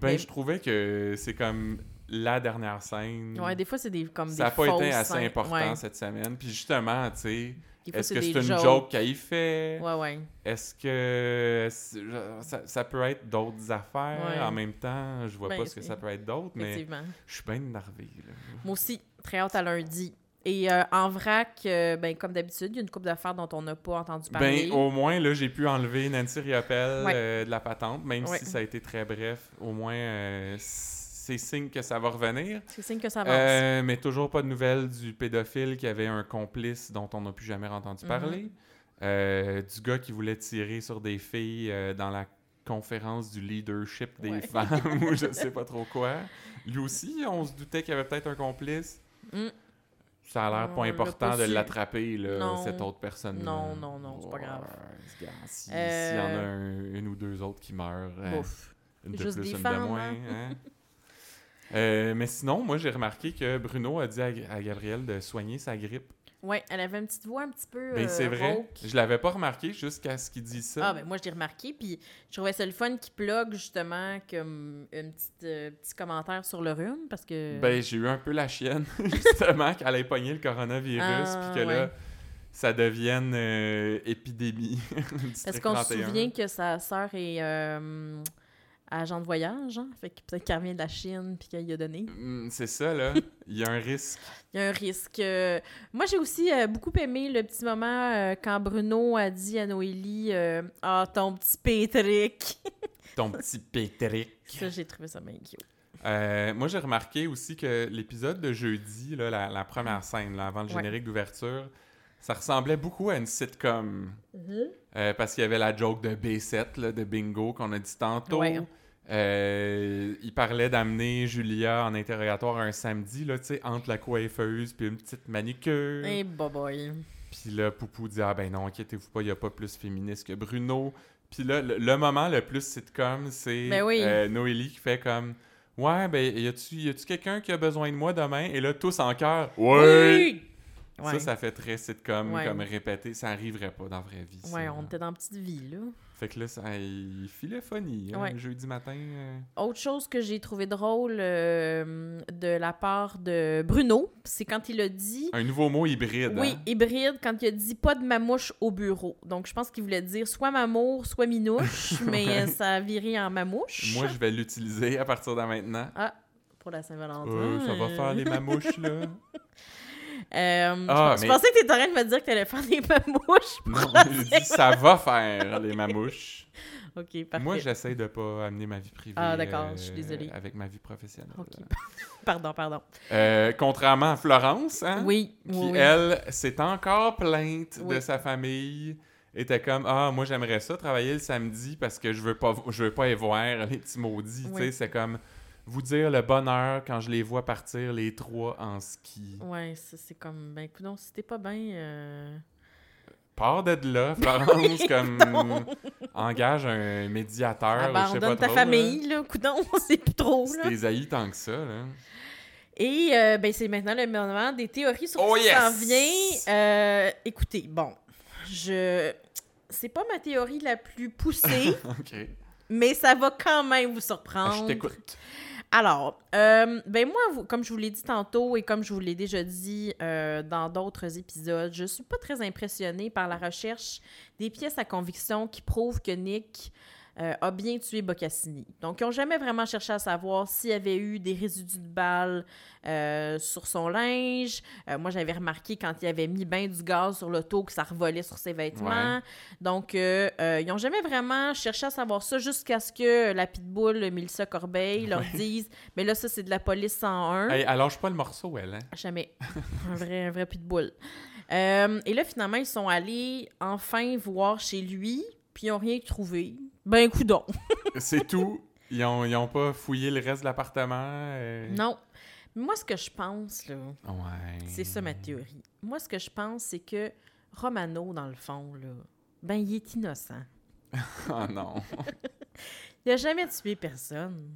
S1: ben,
S2: Mais-
S1: je trouvais que c'est comme la dernière scène.
S2: Ouais, des fois, c'est des, comme
S1: Hmm. ça n'a
S2: des
S1: pas
S2: fausses
S1: été assez
S2: scènes.
S1: important
S2: Ouais.
S1: cette semaine. Puis justement, tu sais,
S2: Des fois,
S1: est-ce que
S2: des
S1: c'est une
S2: jokes.
S1: joke qu'elle y fait?
S2: Ouais, ouais.
S1: Est-ce que c'est- ça, ça peut être d'autres affaires
S2: Ouais.
S1: en même temps? Je vois
S2: Ben,
S1: pas ce que ça
S2: c'est-
S1: peut être d'autre, mais
S2: Effectivement.
S1: je suis bien énervé. là.
S2: Moi aussi, très hâte à lundi. Et euh, en vrac, euh, ben, comme d'habitude, il y a une coupe d'affaires dont on n'a pas entendu parler.
S1: Ben, au moins, là, j'ai pu enlever Nancy Riopelle
S2: Ouais.
S1: euh, de la patente, même
S2: Ouais.
S1: si ça a été très bref. Au moins, euh, c'est signe que ça va revenir.
S2: C'est signe que ça avance.
S1: Euh, mais toujours pas de nouvelles du pédophile qui avait un complice dont on n'a plus jamais entendu
S2: Mhm.
S1: parler. Euh, du gars qui voulait tirer sur des filles euh, dans la conférence du leadership des
S2: Ouais.
S1: femmes ou je sais pas trop quoi. Lui aussi, on se doutait qu'il y avait peut-être un complice.
S2: Mm.
S1: Ça a l'air
S2: On
S1: pas
S2: l'a
S1: important
S2: pas
S1: de
S2: su.
S1: l'attraper, là,
S2: Non.
S1: cette autre personne.
S2: Non, non, non, c'est pas grave.
S1: S'il
S2: Euh,
S1: y en a un- une ou deux autres qui meurent, hein,
S2: Ouf.
S1: une de
S2: Juste
S1: plus,
S2: des
S1: une de
S2: femmes,
S1: moins. hein. Euh, mais sinon, moi, j'ai remarqué que Bruno a dit à, à Gabriel de soigner sa grippe.
S2: Ouais, elle avait une petite voix un petit peu.
S1: Ben,
S2: euh,
S1: c'est vrai.
S2: rauque.
S1: Je l'avais pas remarqué jusqu'à ce qu'il dise ça.
S2: Ah, ben moi, je l'ai remarqué. Puis je trouvais ça le fun qui plug justement comme un petit, euh, petit commentaire sur le rhume parce que.
S1: Ben, j'ai eu un peu la chienne, justement, qu'elle ait pogné le coronavirus,
S2: Ah,
S1: puis que là,
S2: ouais.
S1: ça devienne euh, épidémie.
S2: parce
S1: District
S2: qu'on
S1: 31.
S2: se souvient que sa sœur est euh, agent de voyage, hein? Fait que peut-être qu'elle revient de la Chine puis qu'elle y a donné.
S1: Mm, C'est ça, là. Il y a un risque.
S2: Il y a un risque. Euh, moi, j'ai aussi euh, beaucoup aimé le petit moment euh, quand Bruno a dit à Noélie euh, Ah, ton petit Patrick.
S1: Ton petit pétric.
S2: ça, j'ai trouvé ça bien cute.
S1: Euh, moi, j'ai remarqué aussi que l'épisode de jeudi, là, la, la première scène, là, avant le
S2: Ouais.
S1: générique d'ouverture, ça ressemblait beaucoup à une sitcom. Euh, parce qu'il y avait la joke de B7, là, de bingo, qu'on a dit tantôt.
S2: Ouais.
S1: Euh, il parlait d'amener Julia en interrogatoire un samedi, là, tu sais, entre la coiffeuse puis une petite manicure.
S2: Et boboy.
S1: Puis là, Poupou dit Ah ben non, inquiétez-vous pas, il n'y a pas plus féministe que Bruno. Puis là, le, le moment le plus sitcom, c'est
S2: Ben oui.
S1: euh, Noélie qui fait comme Ouais, ben y a-tu y a-tu quelqu'un qui a besoin de moi demain Et là, tous en cœur Ouais!
S2: Ouais.
S1: Ça, ça fait très sitcom,
S2: Ouais.
S1: comme répété. Ça arriverait pas dans la vraie vie. ça.
S2: Ouais, on était dans la petite vie, là.
S1: Fait que là, ça, il filait funny, hein,
S2: Ouais.
S1: le jeudi matin. euh.
S2: Autre chose que j'ai trouvé drôle euh, de la part de Bruno, c'est quand il a dit
S1: Un nouveau mot hybride.
S2: Oui,
S1: hein.
S2: hybride, quand il a dit pas de mamouche au bureau. Donc, je pense qu'il voulait dire soit mamour, soit minouche, mais euh, ça a viré en mamouche.
S1: Moi, je vais l'utiliser à partir de maintenant.
S2: Ah, pour la Saint-Valentin.
S1: Euh, ça va faire les mamouches, là.
S2: Euh,
S1: Ah,
S2: je,
S1: mais-
S2: pensais que t'étais en train de me dire que t'allais faire des mamouches.
S1: Non, je dis ça va faire les mamouches.
S2: OK, parfait.
S1: Moi, j'essaie de pas amener ma vie privée. euh,
S2: Ah, d'accord, je suis désolée.
S1: Avec ma vie professionnelle.
S2: Ok. Pardon, pardon.
S1: Euh, contrairement à Florence, hein,
S2: Oui,
S1: qui,
S2: oui, oui.
S1: elle, s'est encore plainte de
S2: Oui.
S1: sa famille. Était comme Ah, moi, j'aimerais ça travailler le samedi parce que je veux pas, je veux pas les voir, les petits maudits. Tu
S2: Oui.
S1: sais, C'est comme vous dire le bonheur quand je les vois partir les trois en ski.
S2: Ouais, ça, c'est comme, ben, écoute, si t'es pas bien... euh,
S1: Pars de là, Florence, comme
S2: non.
S1: engage un médiateur. ou Ah, je sais pas
S2: Abandonne ta
S1: trop, hein. là.
S2: famille, là. Coudon, c'est plus trop,
S1: Si
S2: là.
S1: t'es haï tant que ça, là.
S2: Et euh, ben, c'est maintenant le moment des théories sur
S1: Oh
S2: ce qui
S1: yes!
S2: s'en vient. Euh, écoutez, bon, je. C'est pas ma théorie la plus poussée,
S1: OK.
S2: mais ça va quand même vous
S1: Ah, Je
S2: surprendre.
S1: t'écoute.
S2: Alors, euh, ben moi, vous- comme je vous l'ai dit tantôt et comme je vous l'ai déjà dit euh, dans d'autres épisodes, je suis pas très impressionnée par la recherche des pièces à conviction qui prouvent que Nick euh, a bien tué Boccassini. Donc, ils n'ont jamais vraiment cherché à savoir s'il y avait eu des résidus de balles euh, sur son linge. Euh, moi, j'avais remarqué quand il avait mis ben du gaz sur l'auto que ça revolait sur ses vêtements. Donc, euh, euh, ils n'ont jamais vraiment cherché à savoir ça jusqu'à ce que la pitbull Mélissa Corbeil leur
S1: Ouais.
S2: dise « Mais là, ça, c'est de la police 101.
S1: Hey, elle lâche pas le morceau, elle. Hein?
S2: Jamais. un vrai, un vrai pitbull. Euh, et là, finalement, ils sont allés enfin voir chez lui, puis ils n'ont rien trouvé. Ben, coudon.
S1: C'est tout. Ils ont, ils ont pas fouillé le reste de l'appartement. euh.
S2: Non. Mais moi, ce que je pense, là,
S1: Ouais.
S2: c'est ça
S1: Hmm.
S2: ma théorie. Moi, ce que je pense, c'est que Romano, dans le fond, là, ben, il est innocent.
S1: Ah non.
S2: Il n'a jamais tué personne.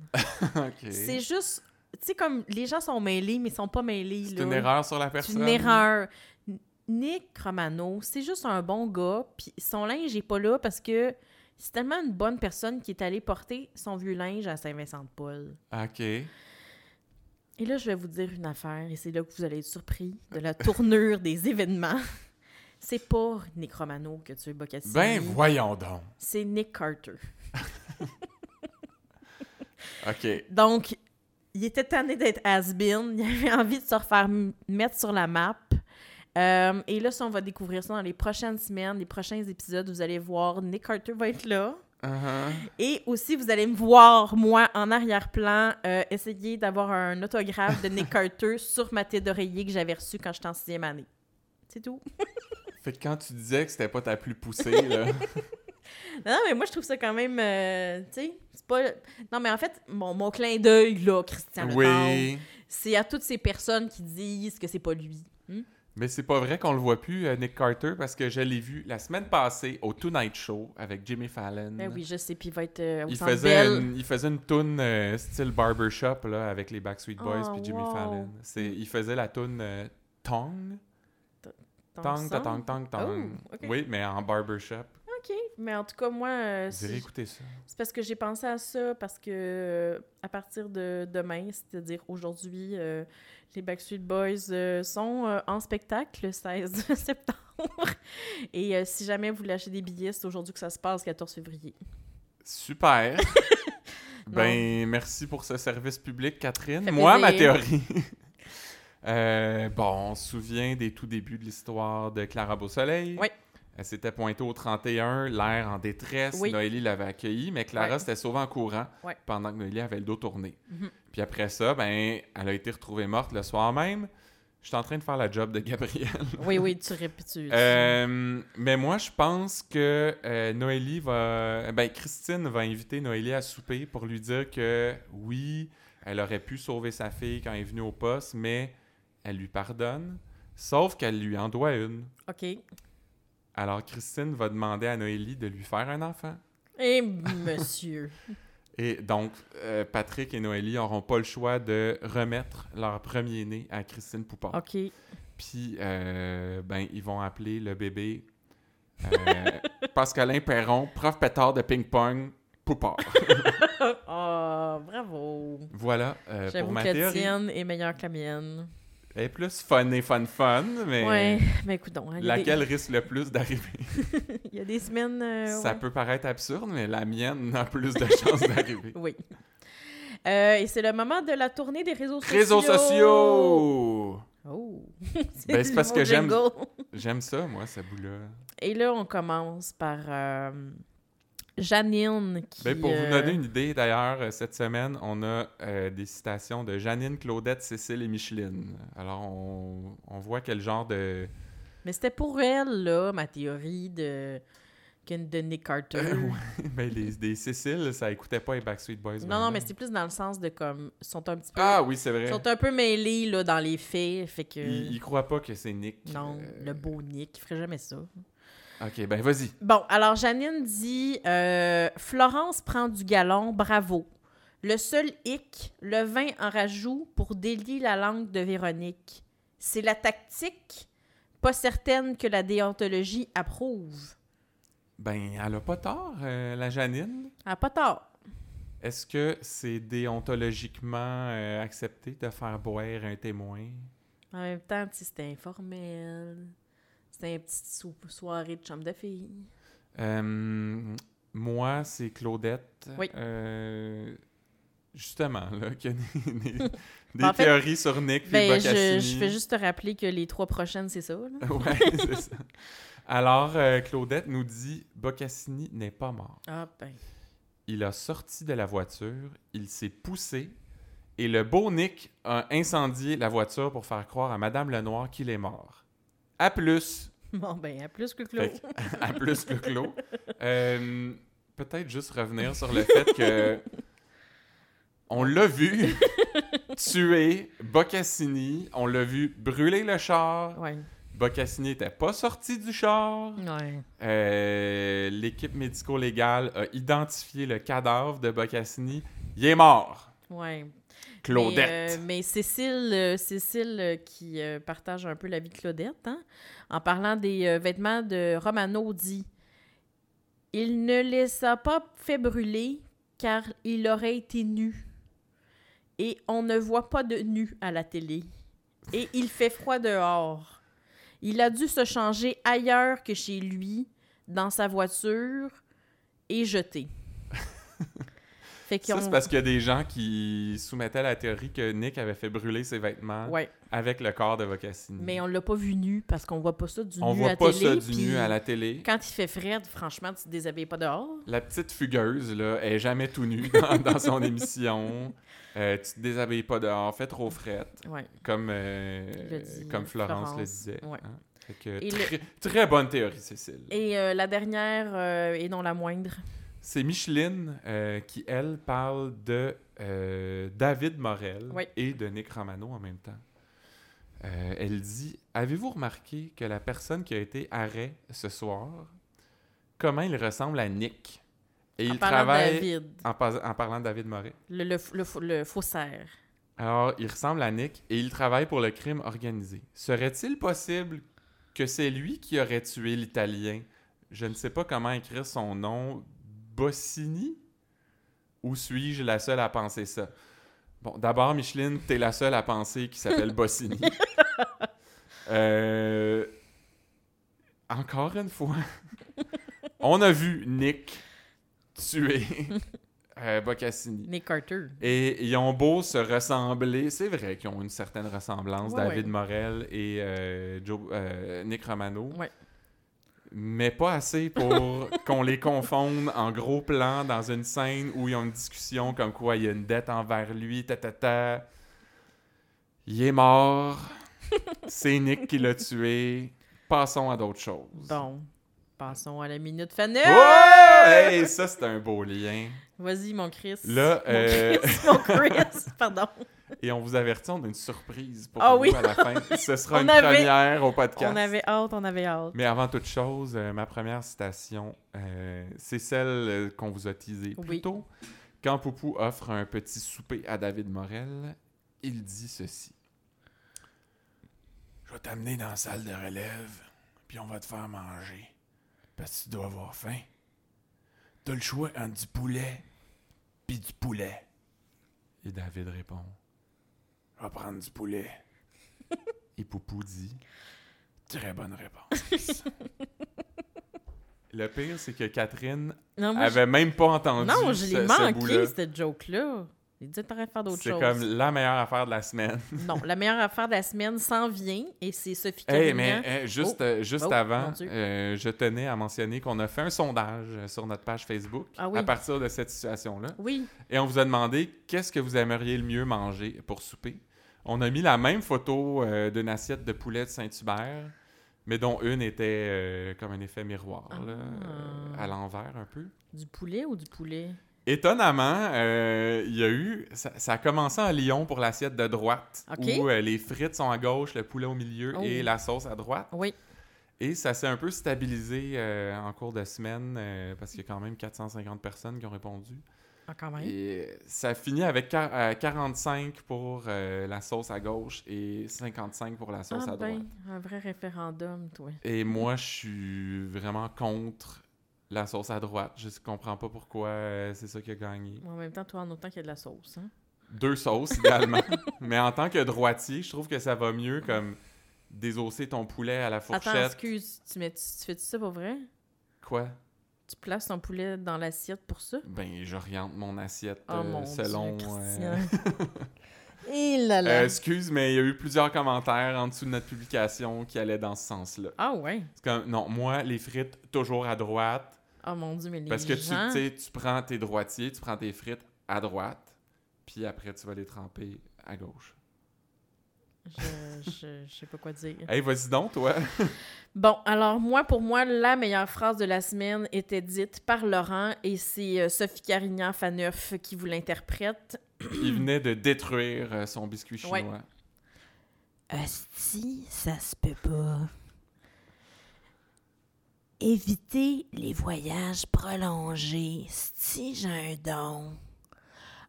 S1: OK.
S2: C'est juste, tu sais, comme les gens sont mêlés, mais ils sont pas mêlés.
S1: C'est
S2: là.
S1: une erreur sur la
S2: C'est
S1: personne.
S2: une erreur. N- Nick Romano, c'est juste un bon gars, puis son linge est pas là parce que c'est tellement une bonne personne qui est allée porter son vieux linge à Saint-Vincent-de-Paul.
S1: OK.
S2: Et là, je vais vous dire une affaire, et c'est là que vous allez être surpris de la tournure des événements. C'est pas Nick Romano que tu es Bocassini.
S1: Ben voyons donc.
S2: C'est Nick Carter.
S1: OK.
S2: Donc, il était tanné d'être has-been. Il avait envie de se refaire m- mettre sur la map. Euh, et là, ça, on va découvrir ça dans les prochaines semaines, les prochains épisodes. Vous allez voir, Nick Carter va être là.
S1: Uh-huh.
S2: Et aussi, vous allez me voir, moi, en arrière-plan, euh, essayer d'avoir un autographe de Nick Carter sur ma tête d'oreiller que j'avais reçue quand j'étais en sixième année. C'est tout.
S1: Fait que quand tu disais que c'était pas ta plus poussée, là...
S2: Non, non, mais moi, je trouve ça quand même. euh, tu sais, c'est pas. Non, mais en fait, mon, mon clin d'œil, là, Christian Lefebvre,
S1: oui.
S2: c'est à toutes ces personnes qui disent que c'est pas lui.
S1: Mais c'est pas vrai qu'on le voit plus, euh, Nick Carter, parce que je l'ai vu la semaine passée au Tonight Show avec Jimmy Fallon.
S2: Ben oui, je sais, puis il va être euh, au
S1: il
S2: Centre
S1: faisait,
S2: Bell.
S1: une, il faisait une toune euh, style barbershop là, avec les Backstreet Boys
S2: Ah,
S1: puis Jimmy
S2: wow.
S1: Fallon. C'est, il faisait la toune euh, Tong. Tong, ta tong, tong, tong.
S2: Oh, ok.
S1: Oui, mais en barbershop.
S2: OK, mais en tout cas, moi, euh,
S1: Vous irez
S2: c'est
S1: écouter ça.
S2: c'est parce que j'ai pensé à ça, parce que euh, à partir de demain, c'est-à-dire aujourd'hui, euh, les Backstreet Boys euh, sont euh, en spectacle le 16 septembre. Et euh, si jamais vous voulez acheter des billets, c'est aujourd'hui que ça se passe, 14 février.
S1: Super. ben, merci pour ce service public, Catherine.
S2: Fait
S1: Moi, ma
S2: plaisir.
S1: théorie. Euh, bon, on se souvient des tout débuts de l'histoire de Clara Beausoleil.
S2: Oui.
S1: Elle s'était pointée au 31, l'air en détresse.
S2: Oui.
S1: Noélie l'avait accueillie, mais Clara
S2: Ouais.
S1: s'était sauvée en courant
S2: Ouais.
S1: pendant que Noélie avait le dos tourné.
S2: Mhm.
S1: Puis après ça, ben, elle a été retrouvée morte le soir même. Je suis en train de faire la job de Gabriel.
S2: Oui, oui, tu répètes. tu- tu-
S1: Euh, mais moi, je pense que euh, Noélie va. Ben, Christine va inviter Noélie à souper pour lui dire que oui, elle aurait pu sauver sa fille quand elle est venue au poste, mais elle lui pardonne, sauf qu'elle lui en doit une.
S2: OK.
S1: Alors, Christine va demander à Noélie de lui faire un enfant.
S2: Et Eh, monsieur.
S1: Et donc, euh, Patrick et Noélie n'auront pas le choix de remettre leur premier-né à Christine Poupon.
S2: OK.
S1: Puis, euh, ben, ils vont appeler le bébé euh, Pascalin Perron, prof pétard de ping-pong, poupard.
S2: Ah, bravo.
S1: voilà euh, pour
S2: J'avoue
S1: ma
S2: que la
S1: théorie.
S2: tienne est meilleure que la mienne.
S1: Elle est plus fun et fun fun, mais
S2: Ouais, mais écoute donc. hein, il y a des-
S1: Euh, laquelle risque le plus d'arriver?
S2: Il y a des semaines. euh,
S1: Ça
S2: ouais.
S1: peut paraître absurde, mais la mienne a plus de chances d'arriver.
S2: Oui. Euh, et c'est le moment de la tournée des réseaux sociaux.
S1: Réseaux sociaux!
S2: Oh.
S1: Ben, c'est
S2: le
S1: parce
S2: mot
S1: que j'aime-
S2: jingle.
S1: J'aime ça, moi, ce bout-là.
S2: Et là, on commence par euh, Janine qui.
S1: Ben, pour vous
S2: euh,
S1: donner une idée, d'ailleurs, euh, cette semaine, on a euh, des citations de Janine, Claudette, Cécile et Micheline. Alors, on, on voit quel genre de...
S2: Mais c'était pour elle, là, ma théorie de, que- de Nick Carter.
S1: ben, les, des Cécile, ça écoutait pas les Backstreet Boys. ben
S2: non, non,
S1: là.
S2: mais c'est plus dans le sens de comme. sont un petit peu.
S1: Ah oui, c'est vrai.
S2: sont un peu mêlés, là, dans les faits. Fait que.
S1: Il, il croit pas que c'est Nick.
S2: Non,
S1: Euh,
S2: le beau Nick, il ferait jamais ça.
S1: OK, ben vas-y.
S2: Bon, alors Janine dit euh, Florence prend du galon, bravo. Le seul hic, le vin en rajout pour délier la langue de Véronique. C'est la tactique, pas certaine que la déontologie approuve.
S1: Ben, elle a pas tort, euh, la Janine.
S2: Ah, pas tort.
S1: Est-ce que c'est déontologiquement euh, accepté de faire boire un témoin?
S2: En même temps, tu sais, c'était informel. C'était une petite sou- soirée de chambre de filles.
S1: Euh, moi, c'est Claudette.
S2: Oui.
S1: Euh, justement, là, qu'il y a des, des- des
S2: En fait,
S1: théories sur Nick puis
S2: Ben, je,
S1: Boccassini.
S2: je fais juste te rappeler que les trois prochaines, c'est ça. là.
S1: Ouais, c'est ça. Alors, euh, Claudette nous dit Boccassini n'est pas mort.
S2: Ah, ben.
S1: Il a sorti de la voiture, il s'est poussé et le beau Nick a incendié la voiture pour faire croire à Madame Lenoir qu'il est mort. À plus
S2: Bon, ben, à plus que Claude.
S1: Fait que- à plus que Clos. Euh, Peut-être juste revenir sur le fait que on l'a vu tuer Boccassini, on l'a vu brûler le char.
S2: Ouais.
S1: Boccassini n'était pas sorti du char.
S2: Ouais.
S1: Euh, L'équipe médico-légale a identifié le cadavre de Boccassini. Il est mort.
S2: Ouais. Mais,
S1: Claudette.
S2: euh, mais Cécile, euh, Cécile euh, qui euh, partage un peu la vie de Claudette, hein, en parlant des euh, vêtements de Romano, dit Il ne les a pas fait brûler car il aurait été nu. Et on ne voit pas de nu à la télé. Et il fait froid dehors. Il a dû se changer ailleurs que chez lui, dans sa voiture, et jeter. fait
S1: Ça,
S2: qu'on-
S1: c'est parce qu'il y a des gens qui soumettaient la théorie que Nick avait fait brûler ses vêtements
S2: Ouais.
S1: avec le corps de Boccassini.
S2: Mais on l'a pas vu nu parce qu'on voit pas ça du
S1: Mm. On
S2: nu
S1: voit
S2: à
S1: pas
S2: télé.
S1: ça du
S2: puis
S1: nu à la télé.
S2: Quand il fait Fred, franchement, tu te déshabilles pas dehors.
S1: La petite fugueuse, là, elle est jamais tout nue dans, dans son émission. Euh, tu te déshabilles pas dehors, fais trop frette,
S2: Ouais.
S1: comme, euh,
S2: Le dit,
S1: comme Florence,
S2: Florence,
S1: le disait.
S2: ouais.
S1: hein. Fait que
S2: Et
S1: très, très bonne théorie, Cécile.
S2: Et euh, la dernière, euh, et non la moindre.
S1: C'est Micheline euh, qui, elle, parle de euh, David Morel
S2: Ouais.
S1: et de Nick Romano en même temps. Euh, elle dit Avez-vous remarqué que la personne qui a été arrêt ce soir, comment il ressemble à Nick Et
S2: en
S1: il
S2: parlant de
S1: travaille.
S2: David,
S1: En, pas- en parlant de David Moret.
S2: le, le, le, fo- le faussaire.
S1: Alors, il ressemble à Nick et il travaille pour le crime organisé. Serait-il possible que c'est lui qui aurait tué l'Italien Je ne sais pas comment écrire son nom. Bossini Ou suis-je la seule à penser ça Bon, d'abord, Micheline, t'es la seule à penser qu'il s'appelle Bossini. Euh, Encore une fois, on a vu Nick tuer euh, Boccassini.
S2: Nick Carter.
S1: Et ils ont beau se ressembler, c'est vrai qu'ils ont une certaine ressemblance,
S2: Ouais,
S1: David
S2: ouais.
S1: Morel et euh, Joe- euh, Nick Romano.
S2: Ouais.
S1: Mais pas assez pour qu'on les confonde en gros plan dans une scène où ils ont une discussion comme quoi il y a une dette envers lui, ta ta ta. Il est mort. C'est Nick qui l'a tué. Passons à d'autres choses.
S2: Bon. Passons à la minute faneuse.
S1: Oh! Hey, ça c'est un beau lien.
S2: Vas-y, mon Chris.
S1: Là,
S2: mon
S1: euh,
S2: Chris, mon Chris, pardon.
S1: Et on vous avertit, on a une surprise pour
S2: Ah
S1: vous
S2: oui.
S1: à la fin. Ce sera
S2: On
S1: une
S2: avait-
S1: première au podcast.
S2: On avait hâte, on avait hâte.
S1: Mais avant toute chose, euh, ma première citation, euh, c'est celle euh, qu'on vous a teasée plus
S2: Oui.
S1: tôt. Quand Poupou offre un petit souper à David Morel, il dit ceci. Je vais t'amener dans la salle de relève, puis on va te faire manger. Parce que tu dois avoir faim. T'as le choix entre du poulet puis du poulet. Et David répond Je vais prendre du poulet. Et Poupou dit Très bonne réponse. le pire, c'est que Catherine
S2: Non, moi, je-
S1: avait même pas entendu.
S2: non, je
S1: ce-
S2: l'ai
S1: ce
S2: manqué,
S1: bout-là.
S2: cette joke-là. J'ai dit, t'aurais de faire d'autres
S1: C'est
S2: choses.
S1: comme la meilleure affaire de la semaine.
S2: Non, la meilleure affaire de la semaine s'en vient et c'est Sophie
S1: Hey,
S2: Carignan.
S1: mais hey, juste,
S2: Oh.
S1: euh, juste
S2: Oh, mon
S1: avant,
S2: Dieu.
S1: euh, je tenais à mentionner qu'on a fait un sondage euh, sur notre page Facebook
S2: Ah oui.
S1: à partir de cette situation-là.
S2: Oui,
S1: Et on vous a demandé qu'est-ce que vous aimeriez le mieux manger pour souper. On a mis la même photo euh, d'une assiette de poulet de Saint-Hubert, mais dont une était euh, comme un effet miroir, là, euh,
S2: Ah.
S1: à l'envers un peu.
S2: du poulet ou du poulet?
S1: Étonnamment, euh, il y a eu. Ça, ça a commencé à Lyon pour l'assiette de droite,
S2: Ok.
S1: où euh, les frites sont à gauche, le poulet au milieu
S2: Oh.
S1: et la sauce à droite.
S2: Oui.
S1: Et ça s'est un peu stabilisé euh, en cours de semaine, euh, parce qu'il y a quand même 450 personnes qui ont répondu.
S2: Ah, quand même.
S1: Et euh, ça finit avec quar- euh, 45 pour euh, la sauce à gauche et 55 pour la
S2: Ah
S1: sauce à droite.
S2: ben, un vrai référendum, toi.
S1: Et moi, je suis vraiment contre la sauce à droite. Je comprends pas pourquoi euh, c'est ça qui a gagné.
S2: En même temps, toi, en autant qu'il y a de la sauce. Hein?
S1: Deux sauces, idéalement. Mais en tant que droitier, je trouve que ça va mieux comme désosser ton poulet à la
S2: Attends,
S1: fourchette.
S2: excuse, tu, mets, tu, tu fais-tu ça pour vrai?
S1: Quoi?
S2: Tu places ton poulet dans l'assiette pour ça?
S1: Ben, j'oriente mon assiette
S2: Oh
S1: euh,
S2: mon
S1: selon...
S2: Dieu,
S1: euh,
S2: Christian. Et là là.
S1: Euh, excuse, mais il y a eu plusieurs commentaires en dessous de notre publication qui allaient dans ce sens-là.
S2: Ah ouais.
S1: C'est comme, non, moi, les frites, toujours à droite.
S2: Oh mon dieu, mais les
S1: parce que tu-
S2: gens...
S1: tu, sais, tu prends tes droitiers, tu prends tes frites à droite, puis après, tu vas les tremper à gauche.
S2: je, je, je sais pas quoi dire.
S1: Hey, vas-y donc, toi.
S2: Bon, alors moi, pour moi, la meilleure phrase de la semaine était dite par Laurent et c'est euh, Sophie Carignan Faneuf qui vous l'interprète.
S1: Il venait de détruire euh, son biscuit chinois.
S2: Ouais.
S3: Asti, ça se peut pas. Éviter les voyages prolongés. Si j'ai un don.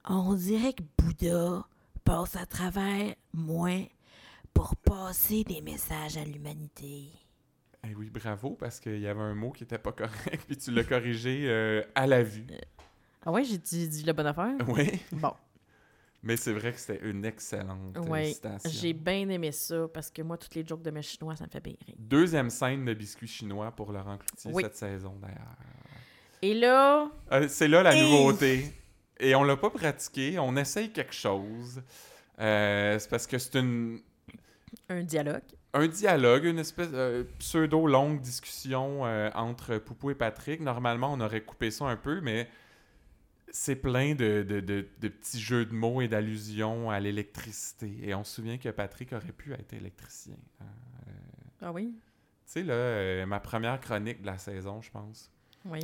S3: On dirait que Bouddha passe à travers moi pour passer des messages à l'humanité.
S1: Eh oui, bravo, parce qu'il y avait un mot qui était pas correct, puis tu l'as corrigé euh, à la vue.
S2: Ah ouais, j'ai dit, dit la bonne affaire?
S1: Oui.
S2: Bon.
S1: Mais c'est vrai que c'était une excellente euh,
S2: Ouais,
S1: citation.
S2: J'ai bien aimé ça parce que moi, toutes les jokes de mes chinois, ça me fait bien rire.
S1: Deuxième scène de biscuits chinois pour Laurent Cloutier
S2: Oui.
S1: cette saison, d'ailleurs.
S2: Et là,
S1: Euh, c'est là la
S2: Et-
S1: nouveauté. Et on l'a pas pratiqué, on essaye quelque chose. Euh, c'est parce que c'est une,
S2: un dialogue.
S1: un dialogue, une espèce de pseudo-longue discussion euh, entre Poupou et Patrick. Normalement, on aurait coupé ça un peu, mais c'est plein de, de- de- de petits jeux de mots et d'allusions à l'électricité. Et on se souvient que Patrick aurait pu être électricien. hein.
S2: Ah oui?
S1: Tu sais, là, euh, ma première chronique de la saison, je pense.
S2: Oui.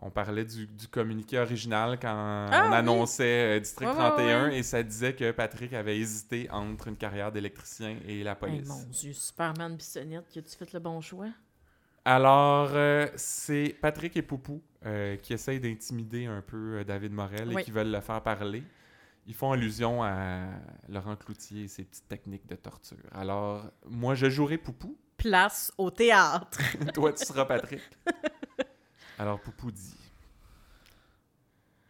S1: On parlait du, du communiqué original quand
S2: Ah,
S1: on
S2: oui.
S1: annonçait euh, District
S2: Ouais, ouais,
S1: 31 et ça disait que Patrick avait hésité entre une carrière d'électricien et la
S2: Hey,
S1: police.
S2: mon Dieu, Superman Bissonnette, as-tu fait le bon choix?
S1: Alors, euh, c'est Patrick et Poupou euh, qui essayent d'intimider un peu euh, David Morel et
S2: Oui.
S1: qui veulent le faire parler. Ils font allusion à Laurent Cloutier et ses petites techniques de torture. Alors, moi, je jouerai Poupou.
S2: Place au théâtre.
S1: Toi, tu seras Patrick. Alors, Poupou dit.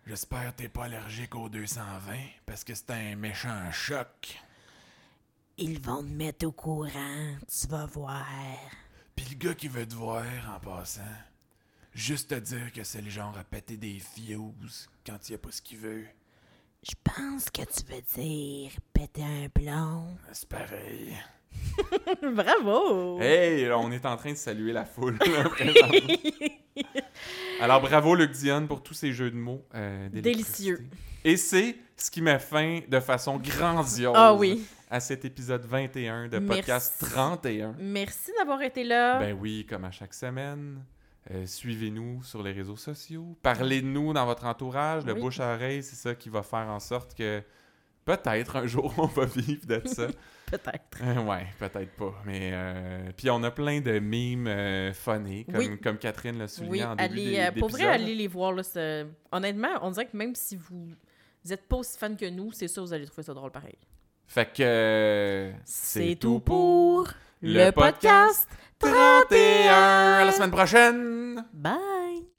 S1: J'espère que t'es pas allergique au 220 parce que c'est un méchant choc.
S3: Ils vont te mettre au courant, tu vas voir.
S1: Puis le gars qui veut te voir en passant, juste te dire que c'est le genre à péter des fuses quand il a pas ce qu'il veut.
S3: Je pense que tu veux dire péter un plomb.
S1: C'est pareil.
S2: Bravo!
S1: Hey, on est en train de saluer la foule. là, présentement. Alors bravo Luc Dionne pour tous ces jeux de mots euh, d'électricité.
S2: Délicieux.
S1: Et c'est ce qui met fin de façon grandiose
S2: Ah oui.
S1: à cet épisode 21 de podcast
S2: Merci. Ah.
S1: 31.
S2: Merci d'avoir été là.
S1: Ben oui, comme à chaque semaine. Euh, Suivez-nous sur les réseaux sociaux. Parlez de nous dans votre entourage. Le
S2: Oui.
S1: bouche à oreille, c'est ça qui va faire en sorte que peut-être un jour on va vivre de ça.
S2: Peut-être.
S1: Euh, ouais, peut-être pas. Mais euh, puis on a plein de mimes euh, funny, comme,
S2: Oui.
S1: comme Catherine l'a souligné
S2: Oui,
S1: en début
S2: allez,
S1: d'é-
S2: euh, pour vrai,
S1: d'épisode.
S2: allez les voir. Là, c'est- Honnêtement, on dirait que même si vous n'êtes pas aussi fan que nous, c'est sûr vous allez trouver ça drôle pareil.
S1: Fait que.
S2: C'est tout pour le podcast
S1: 31. À la semaine prochaine!
S2: Bye!